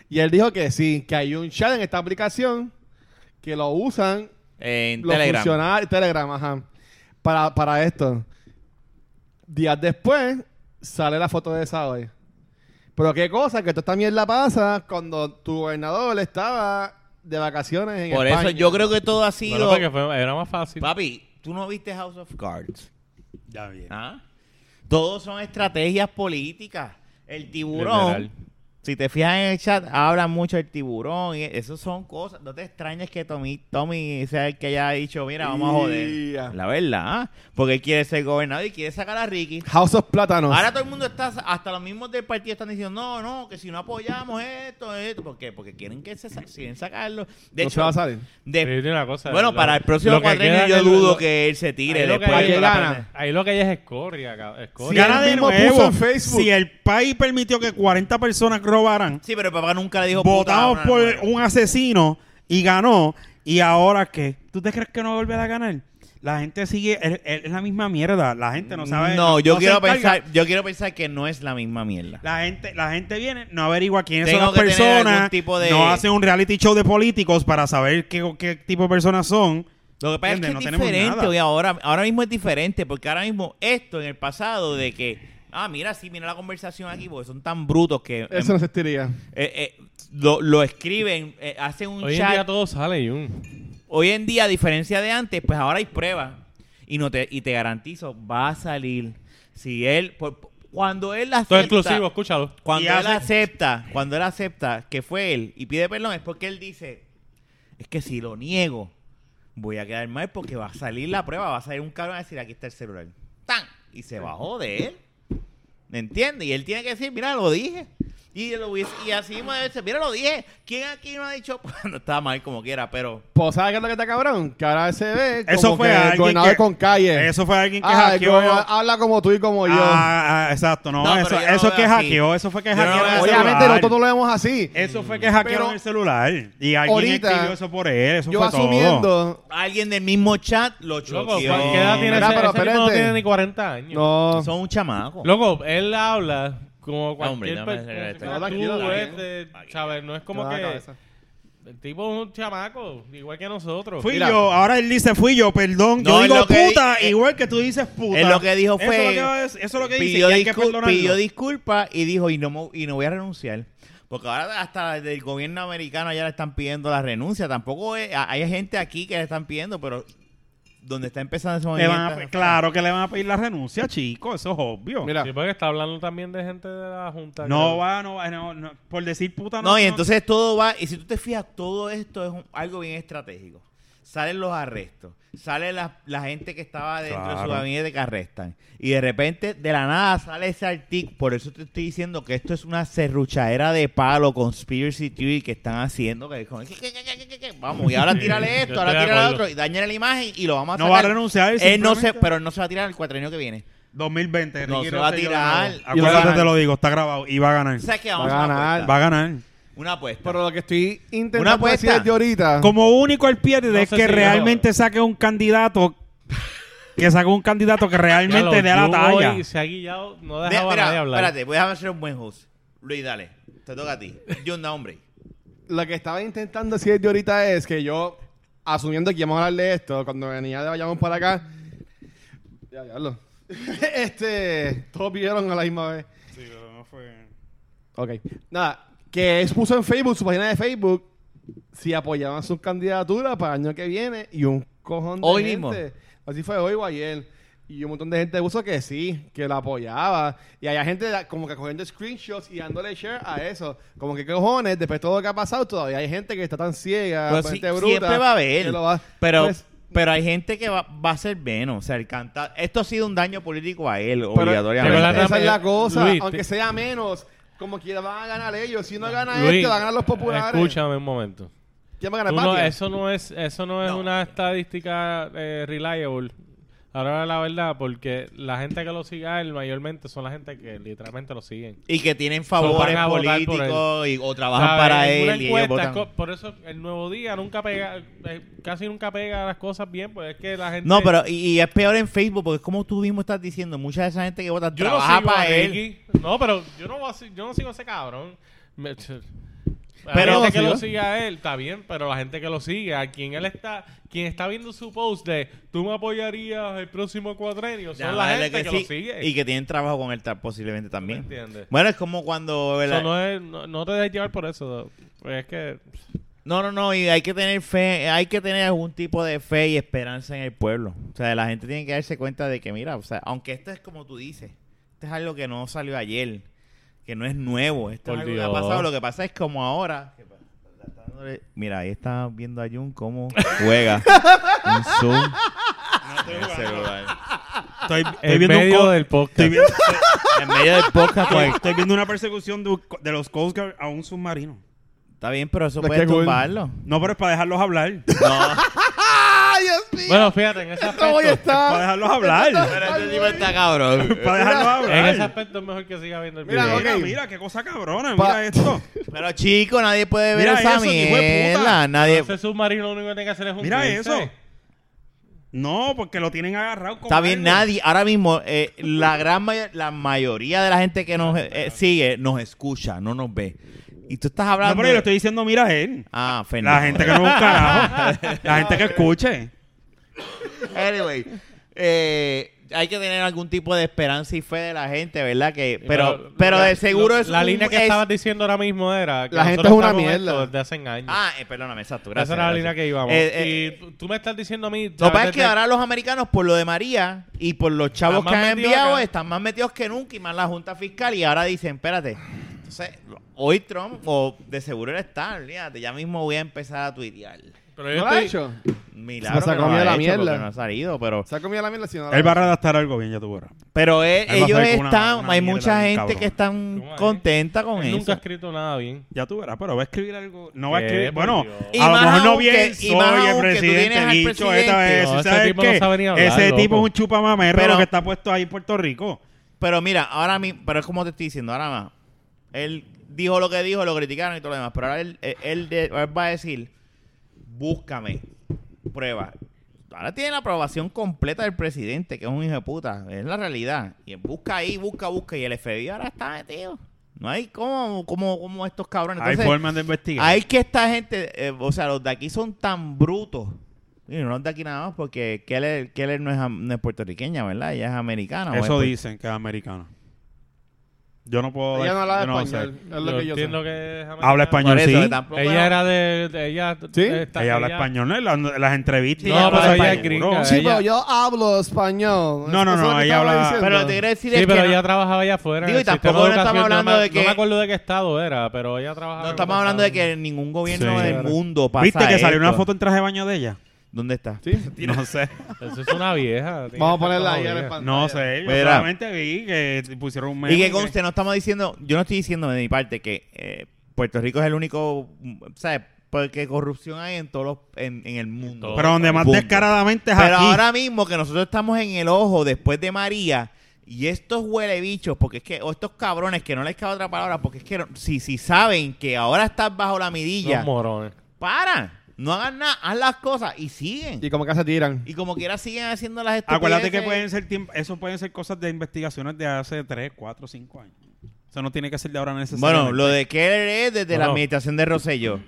Speaker 1: y él dijo que sí que hay un chat en esta aplicación que lo usan
Speaker 4: En
Speaker 1: los
Speaker 4: Telegram.
Speaker 1: funcionarios Telegram, ajá. Para, para esto. Días después sale la foto de esa hoy. Pero qué cosa que toda esta mierda pasa cuando tu gobernador estaba de vacaciones en
Speaker 4: Por eso
Speaker 1: España.
Speaker 4: yo creo que todo
Speaker 2: Bueno,
Speaker 4: ha sido...
Speaker 2: porque fue- era más fácil.
Speaker 4: Papi, tú no viste House of Cards.
Speaker 3: Ya bien.
Speaker 4: ¿Ah? Todo son estrategias políticas. El tiburón.
Speaker 2: Literal.
Speaker 4: Si te fijas en el chat, habla mucho el tiburón. Y eso son cosas. No te extrañes que Tommy, Tommy sea el que haya dicho, mira, vamos a
Speaker 1: Ya.
Speaker 4: joder. La verdad, ¿ah? porque él quiere ser gobernador y quiere sacar a Ricky.
Speaker 1: House of Plátanos.
Speaker 4: Ahora todo el mundo está, hasta los mismos del partido están diciendo, no, no, que si no apoyamos esto, esto. ¿Por qué? Porque quieren que se sa- quieren sacarlo. De
Speaker 1: no
Speaker 4: hecho, em,
Speaker 1: se va a salir.
Speaker 4: de-
Speaker 2: Sí, tiene una cosa,
Speaker 4: eh, bueno,
Speaker 2: lo-
Speaker 4: para el próximo
Speaker 2: lo que
Speaker 4: cuatrenio
Speaker 2: queda
Speaker 4: yo
Speaker 2: que-
Speaker 4: dudo
Speaker 2: lo-
Speaker 4: que él se tire.
Speaker 2: ahí lo que
Speaker 4: después
Speaker 1: hay-
Speaker 4: de la
Speaker 1: gana.
Speaker 4: pandemia.
Speaker 2: Ahí lo que hay es escoria, cabrón.
Speaker 1: Sí,
Speaker 2: Escoria.
Speaker 3: Gana
Speaker 1: él
Speaker 3: de
Speaker 1: mismo
Speaker 3: nuevo.
Speaker 1: puso en Facebook.
Speaker 3: Si el país permitió que 40 personas robaran,
Speaker 4: Sí, pero el papá nunca le dijo
Speaker 3: votamos
Speaker 4: puta a
Speaker 3: por
Speaker 4: una nueva.
Speaker 3: un asesino y ganó. ¿Y ahora qué? ¿Tú te crees que no va a volver a ganar? La gente sigue, es, es la misma mierda. La gente no sabe.
Speaker 4: No, yo
Speaker 3: se
Speaker 4: quiero
Speaker 3: encarga.
Speaker 4: pensar, yo quiero pensar que no es la misma mierda.
Speaker 3: La gente, la gente viene, no averigua quiénes
Speaker 4: Tengo
Speaker 3: son las
Speaker 4: que tener
Speaker 3: personas.
Speaker 4: algún tipo de-
Speaker 3: No hace un reality show de políticos para saber qué, qué tipo de personas son.
Speaker 4: Lo que pasa es que
Speaker 3: ¿Entiendes?
Speaker 4: es
Speaker 3: No tenemos
Speaker 4: diferente
Speaker 3: nada.
Speaker 4: hoy ahora, ahora mismo es diferente porque ahora mismo esto en el pasado de que Ah, mira, sí, mira la conversación aquí, porque son tan brutos que eh,
Speaker 1: Eso no existiría.
Speaker 4: eh, lo, lo escriben, eh, hacen un
Speaker 2: Hoy en
Speaker 4: chat.
Speaker 2: día todo sale, Jun.
Speaker 4: Hoy en día, a diferencia de antes, pues ahora hay pruebas. Y no te, y te garantizo, va a salir. Si él, por- cuando él
Speaker 2: Todo
Speaker 4: acepta.
Speaker 2: exclusivo, escúchalo.
Speaker 4: Cuando
Speaker 3: Y
Speaker 4: él
Speaker 3: hace-
Speaker 4: acepta, cuando él acepta que fue él y pide perdón, es porque él dice, es que si lo niego, voy a quedar mal porque va a salir la prueba, va a salir un cabrón a decir, aquí está el celular. ¡Tan! Y se bajó de él. ¿Me entiendes? Y él tiene que decir, mira, lo dije. Y, lo hubiese- y así mismo debe ser, mira, lo dije. ¿Quién aquí no ha dicho? Cuando estaba mal como quiera, pero...
Speaker 1: Pues, ¿sabes qué es lo que está cabrón? Que ahora se ve como
Speaker 3: Eso fue
Speaker 1: que el
Speaker 3: alguien
Speaker 1: gobernador
Speaker 3: que-
Speaker 1: con calle.
Speaker 3: Eso fue alguien que
Speaker 1: Ah, el
Speaker 3: hackeó.
Speaker 1: gobernador habla como tú y como yo.
Speaker 3: Ah, ah, exacto, no,
Speaker 4: Oh, No, pero
Speaker 3: eso,
Speaker 4: yo no
Speaker 3: eso es
Speaker 4: veo
Speaker 3: que
Speaker 4: así.
Speaker 3: hackeó, eso fue que
Speaker 4: Yo no
Speaker 3: hackearon
Speaker 4: veo
Speaker 3: el
Speaker 4: así.
Speaker 1: Obviamente
Speaker 3: celular.
Speaker 1: nosotros lo vemos así.
Speaker 3: Eso fue que hackearon
Speaker 1: Pero-
Speaker 3: el celular y alguien
Speaker 1: Ahorita,
Speaker 3: escribió eso por él, eso
Speaker 1: Yo
Speaker 3: fue todo.
Speaker 1: asumiendo...
Speaker 4: Alguien del mismo chat lo
Speaker 2: Loco,
Speaker 4: choqueó.
Speaker 2: ¿qué edad tiene
Speaker 1: Mira,
Speaker 2: ese,
Speaker 1: pero
Speaker 2: ese tipo no
Speaker 1: espérate.
Speaker 2: tiene ni 40 años.
Speaker 1: No.
Speaker 4: Son un chamaco.
Speaker 2: Loco, él habla como
Speaker 4: Hombre,
Speaker 2: cualquier
Speaker 4: dame
Speaker 2: per-
Speaker 4: ese- este-
Speaker 2: como
Speaker 1: No,
Speaker 2: tú
Speaker 1: tranquilo,
Speaker 2: ves,
Speaker 1: tranquilo.
Speaker 2: eh, ¿sabes? No es como
Speaker 1: Te da la
Speaker 2: que...
Speaker 1: cabeza.
Speaker 2: El tipo es un chamaco, igual que nosotros.
Speaker 3: Fui
Speaker 1: Mira.
Speaker 3: yo, ahora él dice fui yo, perdón.
Speaker 4: No,
Speaker 3: yo
Speaker 4: es
Speaker 3: digo
Speaker 4: lo que
Speaker 3: puta,
Speaker 4: di- eh,
Speaker 3: igual que tú dices puta.
Speaker 4: Él lo que dijo fue.
Speaker 3: Eso es lo que, va a decir- eso es lo que dice.
Speaker 4: pidió,
Speaker 3: y hay que
Speaker 4: discul-
Speaker 3: perdonarlo.
Speaker 4: pidió disculpas y dijo, y no, mo- y no voy a renunciar. Porque ahora hasta del gobierno americano ya le están pidiendo la renuncia. Tampoco es- a- hay gente aquí que le están pidiendo, pero donde está empezando ese
Speaker 3: Le
Speaker 4: movimiento.
Speaker 3: van a pe- claro que le van a pedir la renuncia, chico, eso es obvio.
Speaker 1: Mira.
Speaker 2: Sí, porque está hablando también de gente de la junta.
Speaker 3: no
Speaker 2: creo.
Speaker 3: va, no va, no, no, por decir puta no.
Speaker 4: No, y entonces todo va, y si tú te fijas, todo esto es un- algo bien estratégico. Salen los arrestos, sale la, la gente que estaba dentro de su
Speaker 3: Claro.
Speaker 4: gabinete que arrestan. Y de repente, de la nada, sale ese artículo. Por eso te estoy diciendo que esto es una serruchadera de palo, conspiracy theory que están haciendo. Que, con- que- que- que- que- que- que- Vamos, y ahora
Speaker 2: Sí,
Speaker 4: tírale
Speaker 2: yo
Speaker 4: esto, ahora
Speaker 2: estoy de
Speaker 4: tírale
Speaker 2: acuerdo.
Speaker 4: otro, y dañale la imagen y lo vamos a
Speaker 3: No
Speaker 4: sacar.
Speaker 3: va a renunciar,
Speaker 4: Él no se,
Speaker 3: simplemente-
Speaker 4: pero él no se va a tirar el cuatrienio que viene.
Speaker 3: 2020,
Speaker 4: No,
Speaker 3: Ricky
Speaker 4: se va a
Speaker 3: Rosselló
Speaker 4: tirar.
Speaker 3: de nuevo.
Speaker 4: Y va a
Speaker 3: Acuérdate,
Speaker 4: ganar.
Speaker 3: te lo digo, está grabado y va a ganar.
Speaker 4: O sea, que
Speaker 1: a
Speaker 4: vamos a una
Speaker 1: ganar.
Speaker 4: apuesta.
Speaker 3: Va a ganar.
Speaker 4: Una apuesta.
Speaker 1: Pero lo que estoy
Speaker 4: Una
Speaker 1: intentando
Speaker 4: apuesta.
Speaker 1: decir desde
Speaker 4: Ah.
Speaker 1: ahorita...
Speaker 3: Como único él pierde
Speaker 2: No
Speaker 3: es
Speaker 2: sé
Speaker 3: que
Speaker 2: si
Speaker 3: realmente saque un candidato que saque un candidato que
Speaker 2: Ya
Speaker 3: realmente
Speaker 2: lo-
Speaker 3: dé la
Speaker 2: yo
Speaker 3: talla.
Speaker 2: hoy se ha guillado, no
Speaker 4: Mira,
Speaker 2: dejaba a
Speaker 4: mira,
Speaker 2: nadie hablar.
Speaker 4: espérate, voy a hacer un buen host. Luis, dale. Te toca a ti. Yo no, hombre.
Speaker 1: Lo que estaba intentando decir desde ahorita es que yo, asumiendo que íbamos a hablar de esto, cuando venía de Bayamón para acá, ya, ya hablo. este, todos vieron a la misma vez. Ok. Nada, que expuso en Facebook, su página de Facebook, si apoyaban su candidatura para el año que viene y un cojón de
Speaker 4: Hoy
Speaker 1: gente.
Speaker 4: mismo.
Speaker 1: Así fue hoy o ayer. Y un montón de gente puso que sí, que la apoyaba. Y había gente da- como que cogiendo screenshots y dándole share a eso. Como que qué cojones, después de todo lo que ha pasado, todavía hay gente que está tan ciega,
Speaker 4: Pero
Speaker 1: tan
Speaker 4: Pues sí-
Speaker 1: gente Ah, pues, bruta.
Speaker 4: siempre va a haber.
Speaker 1: que lo va-
Speaker 4: Pero,
Speaker 1: Pues,
Speaker 4: pero hay gente que va, va a ser menos. O sea, el canta- Esto ha sido un daño político a él,
Speaker 1: pero-
Speaker 4: obligatoriamente.
Speaker 2: Pero la-
Speaker 1: esa es la cosa.
Speaker 2: Luis,
Speaker 1: aunque
Speaker 2: te-
Speaker 1: sea menos, como quiera van a ganar ellos. Si no gana
Speaker 2: Luis,
Speaker 1: este, van a ganar los populares.
Speaker 2: Escúchame un momento.
Speaker 1: ¿Quién va a ganar?
Speaker 2: Tú no-
Speaker 1: Patia?
Speaker 2: eso no es, eso no es
Speaker 4: No.
Speaker 2: una estadística eh, reliable. Ahora la verdad, porque la gente que lo sigue a él mayormente son la gente que literalmente lo siguen.
Speaker 4: Y que tienen
Speaker 2: So,
Speaker 4: favores
Speaker 2: van a votar por
Speaker 4: políticos y, o trabajan
Speaker 2: ¿Sabes?
Speaker 4: para
Speaker 2: En una
Speaker 4: él. Y ellos
Speaker 2: encuesta,
Speaker 4: votan.
Speaker 2: co- Por eso el nuevo día nunca pega, eh, casi nunca pega las cosas bien, pues es que la gente.
Speaker 4: No, pero y, y es peor en Facebook porque es como tú mismo estás diciendo, mucha de esa gente que vota
Speaker 2: Yo
Speaker 4: trabaja
Speaker 2: no sigo a
Speaker 4: para él.
Speaker 2: Ricky. No, pero yo no, voy a si- yo no sigo a ese cabrón. Me- la
Speaker 4: Pero-
Speaker 2: gente que
Speaker 4: ¿sigo?
Speaker 2: lo sigue a él, está bien, pero la gente que lo sigue, a quien él está, quien está viendo su post de tú me apoyarías el próximo cuadrenio, son la
Speaker 4: Dale
Speaker 2: gente que,
Speaker 4: sí,
Speaker 2: lo sigue.
Speaker 4: Y que tienen trabajo con él ta- posiblemente también.
Speaker 2: entiendes?
Speaker 4: Bueno, es como cuando...
Speaker 2: Eso
Speaker 4: ¿verdad?
Speaker 2: no, es- no- no te dejes llevar por eso. Pues es que
Speaker 4: No, no, no, y hay que tener fe, hay que tener algún tipo de fe y esperanza en el pueblo. O sea, la gente tiene que darse cuenta de que, mira, o sea, aunque esto es como tú dices, esto es algo que no salió ayer, que no es nuevo, esto es
Speaker 2: Por
Speaker 4: algo que ha
Speaker 2: Dios.
Speaker 4: pasado, lo que pasa es como ahora. Mira, ahí está viendo a Jun cómo juega un zoom en el celular.
Speaker 3: Estoy, estoy
Speaker 2: en
Speaker 3: viendo un
Speaker 2: medio
Speaker 3: co-
Speaker 2: del
Speaker 3: estoy
Speaker 2: podcast.
Speaker 3: viendo-
Speaker 4: En medio del podcast,
Speaker 3: estoy-
Speaker 4: pues,
Speaker 3: estoy viendo una persecución de, un co- de los Coast Guard a un submarino.
Speaker 4: está bien, pero eso
Speaker 1: Qué
Speaker 4: puede
Speaker 1: cool.
Speaker 4: tumbarlo.
Speaker 3: No, pero es para dejarlos hablar.
Speaker 4: No,
Speaker 1: ¡Ay, Dios mío!
Speaker 2: Bueno, fíjate, en ese
Speaker 1: No voy a
Speaker 2: aspecto,
Speaker 3: para
Speaker 1: estar.
Speaker 3: dejarlos hablar.
Speaker 4: pero este tipo está cabrón.
Speaker 3: para dejarlos
Speaker 2: en ese
Speaker 3: hablar.
Speaker 2: aspecto es mejor que siga viendo el
Speaker 1: Mira,
Speaker 2: video.
Speaker 1: ok.
Speaker 3: Mira, mira, qué cosa cabrona,
Speaker 1: Pa-
Speaker 3: mira esto.
Speaker 4: Pero chico, nadie puede ver
Speaker 3: Mira
Speaker 4: esa
Speaker 3: eso, hijo de puta.
Speaker 4: mierda. Nadie.
Speaker 2: Ese submarino lo único que tiene que hacer es un
Speaker 3: Mira eso. No, porque lo tienen agarrado como
Speaker 4: Está bien,
Speaker 3: algo.
Speaker 4: nadie. Ahora mismo, eh, la gran may- la mayoría de la gente que nos eh, sigue nos escucha, no nos ve. Y tú estás
Speaker 3: No,
Speaker 4: hablando.
Speaker 3: pero yo le estoy diciendo, mira él.
Speaker 4: Ah,
Speaker 2: Pues
Speaker 4: Fernando.
Speaker 3: La gente que no es un carajo. La gente que escuche.
Speaker 4: Anyway, eh, hay que tener algún tipo de esperanza y fe de la gente, ¿verdad? Que,
Speaker 2: Sí,
Speaker 4: pero, pero
Speaker 2: la-
Speaker 4: de seguro
Speaker 2: la-
Speaker 4: es
Speaker 2: La
Speaker 4: un-
Speaker 2: línea que
Speaker 4: es-
Speaker 2: estabas diciendo ahora mismo era. Que
Speaker 1: La gente
Speaker 2: nosotros
Speaker 1: es una
Speaker 2: estamos en
Speaker 1: mierda.
Speaker 2: esto Desde hace años.
Speaker 4: Ah, eh, perdóname, exacto, gracias.
Speaker 2: Esa era la
Speaker 4: gracias.
Speaker 2: línea que íbamos.
Speaker 4: Eh, eh,
Speaker 2: y tú, tú me estás diciendo a mí.
Speaker 4: Lo que pasa
Speaker 2: ¿sabes?
Speaker 4: es que ahora los americanos, por lo de María y por los chavos
Speaker 2: Están
Speaker 4: que
Speaker 2: más
Speaker 4: han
Speaker 2: metidos
Speaker 4: enviado,
Speaker 2: acá.
Speaker 4: están más metidos que nunca y más la Junta Fiscal. Y ahora dicen, espérate, entonces, hoy Trump, o de seguro él está, olvídate, ya mismo voy a empezar a tuitear.
Speaker 2: Pero
Speaker 1: ¿No
Speaker 2: yo
Speaker 1: lo ha
Speaker 2: estoy-
Speaker 1: hecho?
Speaker 4: Milagro
Speaker 1: Se ha
Speaker 4: que no lo
Speaker 1: comido
Speaker 4: ha
Speaker 1: la
Speaker 4: hecho
Speaker 1: mierda.
Speaker 4: porque no ha salido, pero...
Speaker 1: Se ha comido la mierda, si no la-
Speaker 3: Él va a redactar algo bien, ya tú verás.
Speaker 4: Pero él-
Speaker 3: Él va a
Speaker 4: ellos
Speaker 3: salir con una-
Speaker 4: están,
Speaker 3: una
Speaker 4: hay
Speaker 3: mierda
Speaker 4: mucha
Speaker 3: bien
Speaker 4: gente
Speaker 3: cabrona.
Speaker 4: que están
Speaker 2: ¿Cómo es?
Speaker 4: contenta con
Speaker 2: Él
Speaker 4: eso.
Speaker 2: nunca ha escrito nada bien.
Speaker 3: Ya tú verás, pero va a escribir algo. No va a
Speaker 2: ¿Qué? Por
Speaker 3: escribir. Bueno,
Speaker 2: Dios.
Speaker 4: Y
Speaker 3: a lo
Speaker 4: más
Speaker 3: mejor no
Speaker 4: aún que-
Speaker 3: bien
Speaker 4: y más
Speaker 3: soy el
Speaker 4: aún que tú
Speaker 3: presidente,
Speaker 4: tienes al
Speaker 3: bicho, esta
Speaker 4: presidente.
Speaker 3: vez.
Speaker 2: No, ese
Speaker 3: ¿sabes
Speaker 2: tipo no
Speaker 3: qué?
Speaker 2: sabe ni hablar,
Speaker 3: Ese tipo es
Speaker 2: loco.
Speaker 3: un chupamamero
Speaker 4: Pero-
Speaker 3: lo que está puesto ahí en Puerto Rico.
Speaker 4: Pero mira, ahora mismo, pero es como te estoy diciendo, ahora más. Él dijo lo que dijo, lo criticaron y todo lo demás. Pero ahora él, él- él de- él va a decir, búscame, prueba. Ahora tiene la aprobación completa del presidente, que es un hijo de puta. Es la realidad. Y él busca ahí, busca, busca. Y el FBI ahora está metido. No hay como, como, como estos cabrones.
Speaker 3: hay
Speaker 4: Entonces,
Speaker 3: formas de investigar.
Speaker 4: Hay que esta gente, eh, o sea, los de aquí son tan brutos. Y no los de aquí nada más porque Keller, Keller no, es, am- no es puertorriqueña, ¿verdad? Ella es
Speaker 2: Ah,
Speaker 4: americana. o es
Speaker 3: Eso
Speaker 2: pues.
Speaker 4: puer-
Speaker 3: dicen que es americano. Yo no puedo.
Speaker 1: Ella no
Speaker 3: dar-
Speaker 1: hablaba
Speaker 3: eh, yo no sé.
Speaker 1: español. Es lo
Speaker 2: Yo
Speaker 1: que yo sé.
Speaker 2: entiendo que es
Speaker 3: Habla
Speaker 2: americano.
Speaker 3: español,
Speaker 4: Por eso,
Speaker 3: sí.
Speaker 4: que tampoco
Speaker 2: Ella
Speaker 4: era-
Speaker 2: era de. de- ella,
Speaker 1: ¿Sí?
Speaker 2: está-
Speaker 3: Ella habla español, ¿no? Las, las entrevistas.
Speaker 4: Sí,
Speaker 3: y
Speaker 4: pues, ella
Speaker 3: las
Speaker 4: habla
Speaker 3: cosas, seguro.
Speaker 4: español.
Speaker 2: Ella es gringa.
Speaker 1: Sí, pero yo hablo español. Eso
Speaker 3: No, no,
Speaker 1: es lo
Speaker 3: no,
Speaker 1: que
Speaker 3: ella
Speaker 1: estaba
Speaker 3: habla-
Speaker 1: diciendo.
Speaker 4: Pero te quiero decir es
Speaker 2: Sí, pero
Speaker 4: que
Speaker 2: ella
Speaker 4: no,
Speaker 2: trabajaba allá afuera. en
Speaker 4: Digo,
Speaker 2: el
Speaker 4: y tampoco
Speaker 2: sistema
Speaker 4: no estamos
Speaker 2: educacional.
Speaker 4: hablando
Speaker 2: No me-
Speaker 4: de que-
Speaker 2: No me acuerdo de qué estado era, pero ella trabajaba.
Speaker 4: no
Speaker 2: en
Speaker 4: estamos
Speaker 2: algún
Speaker 4: hablando de
Speaker 2: estado.
Speaker 4: que ningún gobierno
Speaker 3: Sí.
Speaker 4: del mundo pasa
Speaker 3: ¿Viste
Speaker 2: eh.
Speaker 3: que salió
Speaker 4: esto.
Speaker 3: una foto en traje de baño de ella?
Speaker 4: ¿Dónde está?
Speaker 1: Sí.
Speaker 3: No sé.
Speaker 2: Eso es una vieja. tiene
Speaker 1: Vamos a
Speaker 2: que
Speaker 1: ponerla
Speaker 2: estar
Speaker 1: ahí en
Speaker 2: jodida.
Speaker 1: el pan-
Speaker 3: No sé. Yo
Speaker 4: Mira.
Speaker 3: solamente vi que pusieron un meme.
Speaker 4: y que conste, no estamos diciendo, yo no estoy diciendo de mi parte que eh, Puerto Rico es el único, mm, ¿sabes? Porque corrupción hay en todos los, en, en el mundo.
Speaker 3: Pero donde más
Speaker 4: Punto.
Speaker 3: descaradamente es
Speaker 4: Pero
Speaker 3: aquí.
Speaker 4: ahora mismo que nosotros estamos en el ojo después de María y estos huele bichos, porque es que, o estos cabrones que no les cabe otra palabra, porque es que no- si, si saben que ahora estás bajo la mirilla,
Speaker 2: Los morones.
Speaker 4: para, no hagan nada, haz las cosas y siguen.
Speaker 1: Y como que se tiran.
Speaker 4: Y como quiera siguen haciendo las estupideces.
Speaker 3: Acuérdate que pueden ser tiemp- eso pueden ser cosas de investigaciones de hace 3, 4, 5 años. Eso no tiene que ser de ahora necesariamente.
Speaker 4: Bueno, lo de Keller es desde la
Speaker 2: Bueno.
Speaker 4: administración de Rosselló.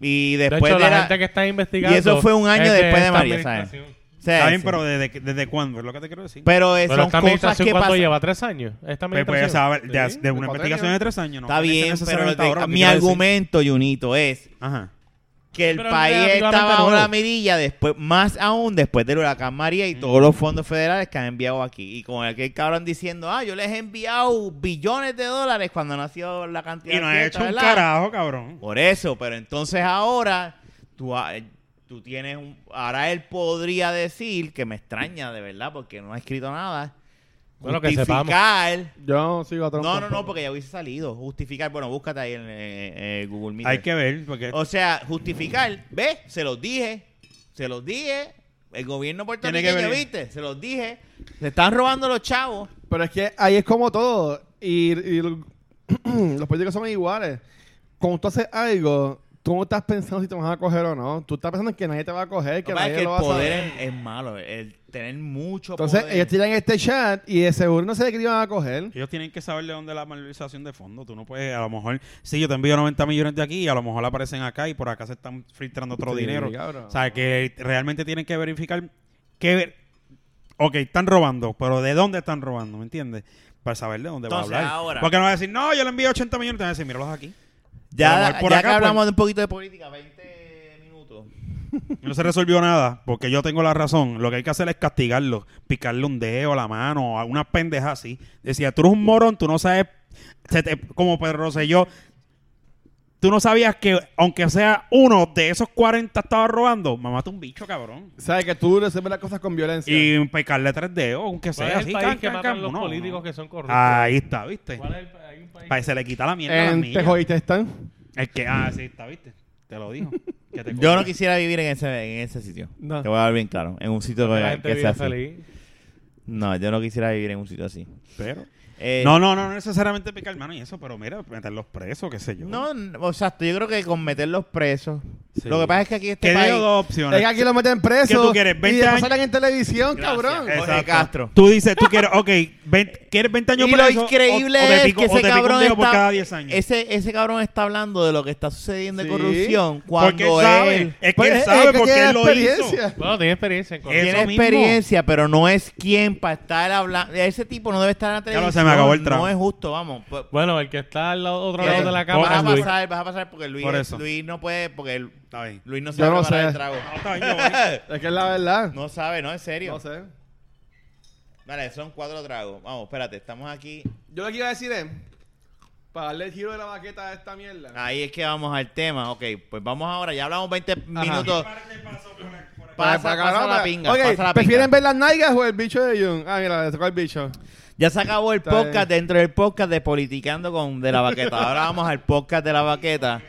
Speaker 4: Y
Speaker 2: De
Speaker 4: después
Speaker 2: hecho,
Speaker 4: de,
Speaker 2: la
Speaker 4: la-
Speaker 2: gente que está investigando.
Speaker 4: Y eso fue un año
Speaker 2: es
Speaker 4: después de
Speaker 2: esta
Speaker 4: María, ¿sabes?
Speaker 2: administración.
Speaker 4: o sea,
Speaker 3: Está bien,
Speaker 4: sí.
Speaker 3: pero ¿desde, desde cuándo? Es lo que te quiero decir.
Speaker 4: Pero, eh,
Speaker 2: Pero
Speaker 4: son
Speaker 2: esta
Speaker 4: cosas
Speaker 2: administración,
Speaker 4: que
Speaker 2: ¿cuánto
Speaker 4: pasan.
Speaker 2: lleva? ¿Tres años? Esta
Speaker 3: Pues, pues,
Speaker 2: administración.
Speaker 3: sabe- de,
Speaker 2: Sí.
Speaker 3: de una
Speaker 1: cuatro
Speaker 3: investigación
Speaker 1: años.
Speaker 3: de 3 años. No
Speaker 4: Está
Speaker 3: tiene que ser
Speaker 4: bien, pero
Speaker 3: necesariamente
Speaker 4: te-
Speaker 3: ahora, lo que
Speaker 4: mi
Speaker 3: quiero decir.
Speaker 4: argumento, Junito, es
Speaker 3: Ajá.
Speaker 4: que el
Speaker 2: Pero es
Speaker 4: país
Speaker 2: relativamente
Speaker 4: estaba bajo
Speaker 2: nuevo.
Speaker 4: la mirilla después, más aún después del huracán María y todos los fondos federales que han enviado aquí. Y con aquel cabrón diciendo, ah, yo les he enviado billones de dólares cuando no ha sido la Pues, cantidad
Speaker 3: Y no ha
Speaker 4: cierta,
Speaker 3: hecho un
Speaker 4: ¿verdad?
Speaker 3: carajo, cabrón.
Speaker 4: Por eso, pero entonces ahora tú, ha- tú tienes un... Ahora él podría decir, que me extraña de verdad porque no ha escrito nada,
Speaker 2: Bueno, que sepamos.
Speaker 4: justificar...
Speaker 1: Yo sigo a Trump.
Speaker 4: no, no, no, porque ya hubiese salido. Justificar, bueno, búscate ahí en eh, eh, Google Meet.
Speaker 3: Hay que ver, porque
Speaker 4: O sea, justificar, ¿ves? Se los dije, se los dije, el gobierno
Speaker 3: Tiene que
Speaker 4: puertorriqueño,
Speaker 3: venir.
Speaker 4: ¿viste? Se los dije, se están robando los chavos.
Speaker 1: Pero es que ahí es como todo. Y, y lo- los políticos son iguales. Cuando tú haces algo, tú no estás pensando si te van a coger o no. Tú estás pensando en que nadie te va a coger,
Speaker 4: Lo que
Speaker 1: que
Speaker 4: pasa es
Speaker 1: nadie
Speaker 4: que el
Speaker 1: lo va a
Speaker 4: poder
Speaker 1: saber.
Speaker 4: es, es malo, el tener mucho
Speaker 1: Entonces,
Speaker 4: poder.
Speaker 1: ellos tiran este chat y de seguro no sé de qué te iban a coger.
Speaker 3: ellos tienen que saber de dónde es la malversación de fondo. Tú no puedes, a lo mejor, sí, yo te envío 90 millones de aquí y a lo mejor aparecen acá y por acá se están filtrando otro
Speaker 1: Sí,
Speaker 3: dinero.
Speaker 1: cabrón.
Speaker 3: O sea, que realmente tienen que verificar que ver. Ok, están robando, pero ¿de dónde están robando? ¿Me entiendes? Para saber de dónde
Speaker 4: Entonces,
Speaker 3: va a hablar.
Speaker 4: ahora-
Speaker 3: Porque no va a decir, no, yo le envío 80 millones, te van a decir, míralos aquí.
Speaker 4: ya
Speaker 3: a lo mejor por
Speaker 4: ya
Speaker 3: acá,
Speaker 4: que
Speaker 3: pues-
Speaker 4: hablamos de un poquito de política, 20 minutos.
Speaker 3: Y No se resolvió nada, porque yo tengo la razón. Lo que hay que hacer es castigarlo, picarle un dedo a la mano, a una pendeja así. Decía, tú eres un morón, tú no sabes, se te- como Pedro Rosselló, tú no sabías que aunque sea uno de esos 40 estaba robando, mata un bicho, cabrón.
Speaker 1: ¿Sabes? Que tú resuelves las cosas con violencia.
Speaker 3: Y picarle tres dedos, aunque
Speaker 2: ¿Cuál
Speaker 3: sea
Speaker 2: es
Speaker 3: así.
Speaker 2: el país
Speaker 3: can,
Speaker 2: que
Speaker 3: can,
Speaker 2: matan
Speaker 3: can.
Speaker 2: los
Speaker 3: No,
Speaker 2: políticos
Speaker 3: no.
Speaker 2: que son corruptos?
Speaker 3: Ahí está, ¿viste?
Speaker 2: ¿Cuál es el, pa- hay un país
Speaker 3: Pa-
Speaker 2: que-
Speaker 3: Se le quita la mierda a las
Speaker 1: en
Speaker 3: millas.
Speaker 1: Tejoyistán.
Speaker 3: Es que, ah, sí, está, ¿viste? Te lo dijo. Que te
Speaker 4: Yo no
Speaker 3: copió.
Speaker 4: quisiera vivir en ese, en ese sitio.
Speaker 1: No.
Speaker 4: Te voy a dar bien claro. En un sitio
Speaker 2: la
Speaker 4: que,
Speaker 2: gente
Speaker 4: que
Speaker 2: vive
Speaker 4: sea así.
Speaker 2: feliz.
Speaker 4: No, yo no quisiera vivir en un sitio así.
Speaker 3: Pero,
Speaker 4: Eh,
Speaker 3: no, no, no, no necesariamente picar mano y eso, pero mira, meterlos presos, qué sé yo.
Speaker 4: No, n- o sea, yo creo que con meterlos presos.
Speaker 3: Sí.
Speaker 4: Lo que pasa es que aquí este
Speaker 3: que
Speaker 4: país...
Speaker 3: dio dos
Speaker 1: Es
Speaker 3: opciones.
Speaker 1: que aquí lo meten preso.
Speaker 3: ¿Qué tú quieres, 20
Speaker 1: Y después
Speaker 3: años?
Speaker 1: salen en televisión,
Speaker 4: Gracias.
Speaker 1: cabrón.
Speaker 4: Jorge Castro.
Speaker 3: Tú dices, tú quieres, ok, ven- ¿quieres 20 años
Speaker 4: Y lo
Speaker 3: preso?
Speaker 4: increíble
Speaker 3: o- o te
Speaker 4: es
Speaker 3: pico-
Speaker 4: que
Speaker 3: o te
Speaker 4: ese
Speaker 3: pico un
Speaker 4: cabrón
Speaker 3: dedo por
Speaker 4: está-
Speaker 3: cada 10 años.
Speaker 4: Ese, ese cabrón está hablando de lo que está sucediendo de
Speaker 1: Sí.
Speaker 4: corrupción cuando
Speaker 3: porque él sabe,
Speaker 4: él
Speaker 3: es que
Speaker 1: Pues,
Speaker 3: él
Speaker 1: es
Speaker 3: sabe
Speaker 1: que
Speaker 3: porque
Speaker 1: tiene
Speaker 3: él lo hizo.
Speaker 1: experiencia.
Speaker 2: Bueno, tiene experiencia en corrupción.
Speaker 4: tiene
Speaker 3: eso mismo.
Speaker 4: experiencia, pero no es quien para estar hablando. Ese tipo no debe estar en la
Speaker 3: Ya lo
Speaker 4: televisión.
Speaker 3: sé, me acabó el trago.
Speaker 4: no es justo, vamos. pues, P-
Speaker 2: Bueno, el que está al lado- otro
Speaker 4: Tienes-
Speaker 2: lado de la
Speaker 4: vas
Speaker 2: cámara
Speaker 4: a
Speaker 2: es Luis.
Speaker 4: pasar, vas a pasar porque Luis,
Speaker 3: Por eso.
Speaker 4: Luis no puede, porque el-
Speaker 3: Está bien.
Speaker 4: Luis no sabe
Speaker 1: Yo no
Speaker 4: preparar
Speaker 1: sé.
Speaker 4: el trago.
Speaker 3: No, está bien, yo voy.
Speaker 1: Es que es la verdad.
Speaker 4: No sabe, no, en serio.
Speaker 1: No sé.
Speaker 4: Dale, son cuatro tragos. Vamos, espérate, estamos aquí.
Speaker 1: Yo lo que iba a decir es, para darle el giro de la baqueta a esta mierda.
Speaker 4: Ahí es que vamos al tema. Ok, pues vamos ahora. Ya hablamos 20 minutos.
Speaker 1: Para
Speaker 4: Pasa, pasa la pinga.
Speaker 1: Ok, pues
Speaker 4: pasa la
Speaker 1: ¿prefieren
Speaker 4: pinga.
Speaker 1: ver las nalgas o el bicho de Jun? Ah, mira, le tocó el bicho.
Speaker 4: Ya se acabó el
Speaker 1: Está
Speaker 4: podcast dentro del podcast de Politicando con De la Baqueta. Ahora vamos al podcast de la Baqueta.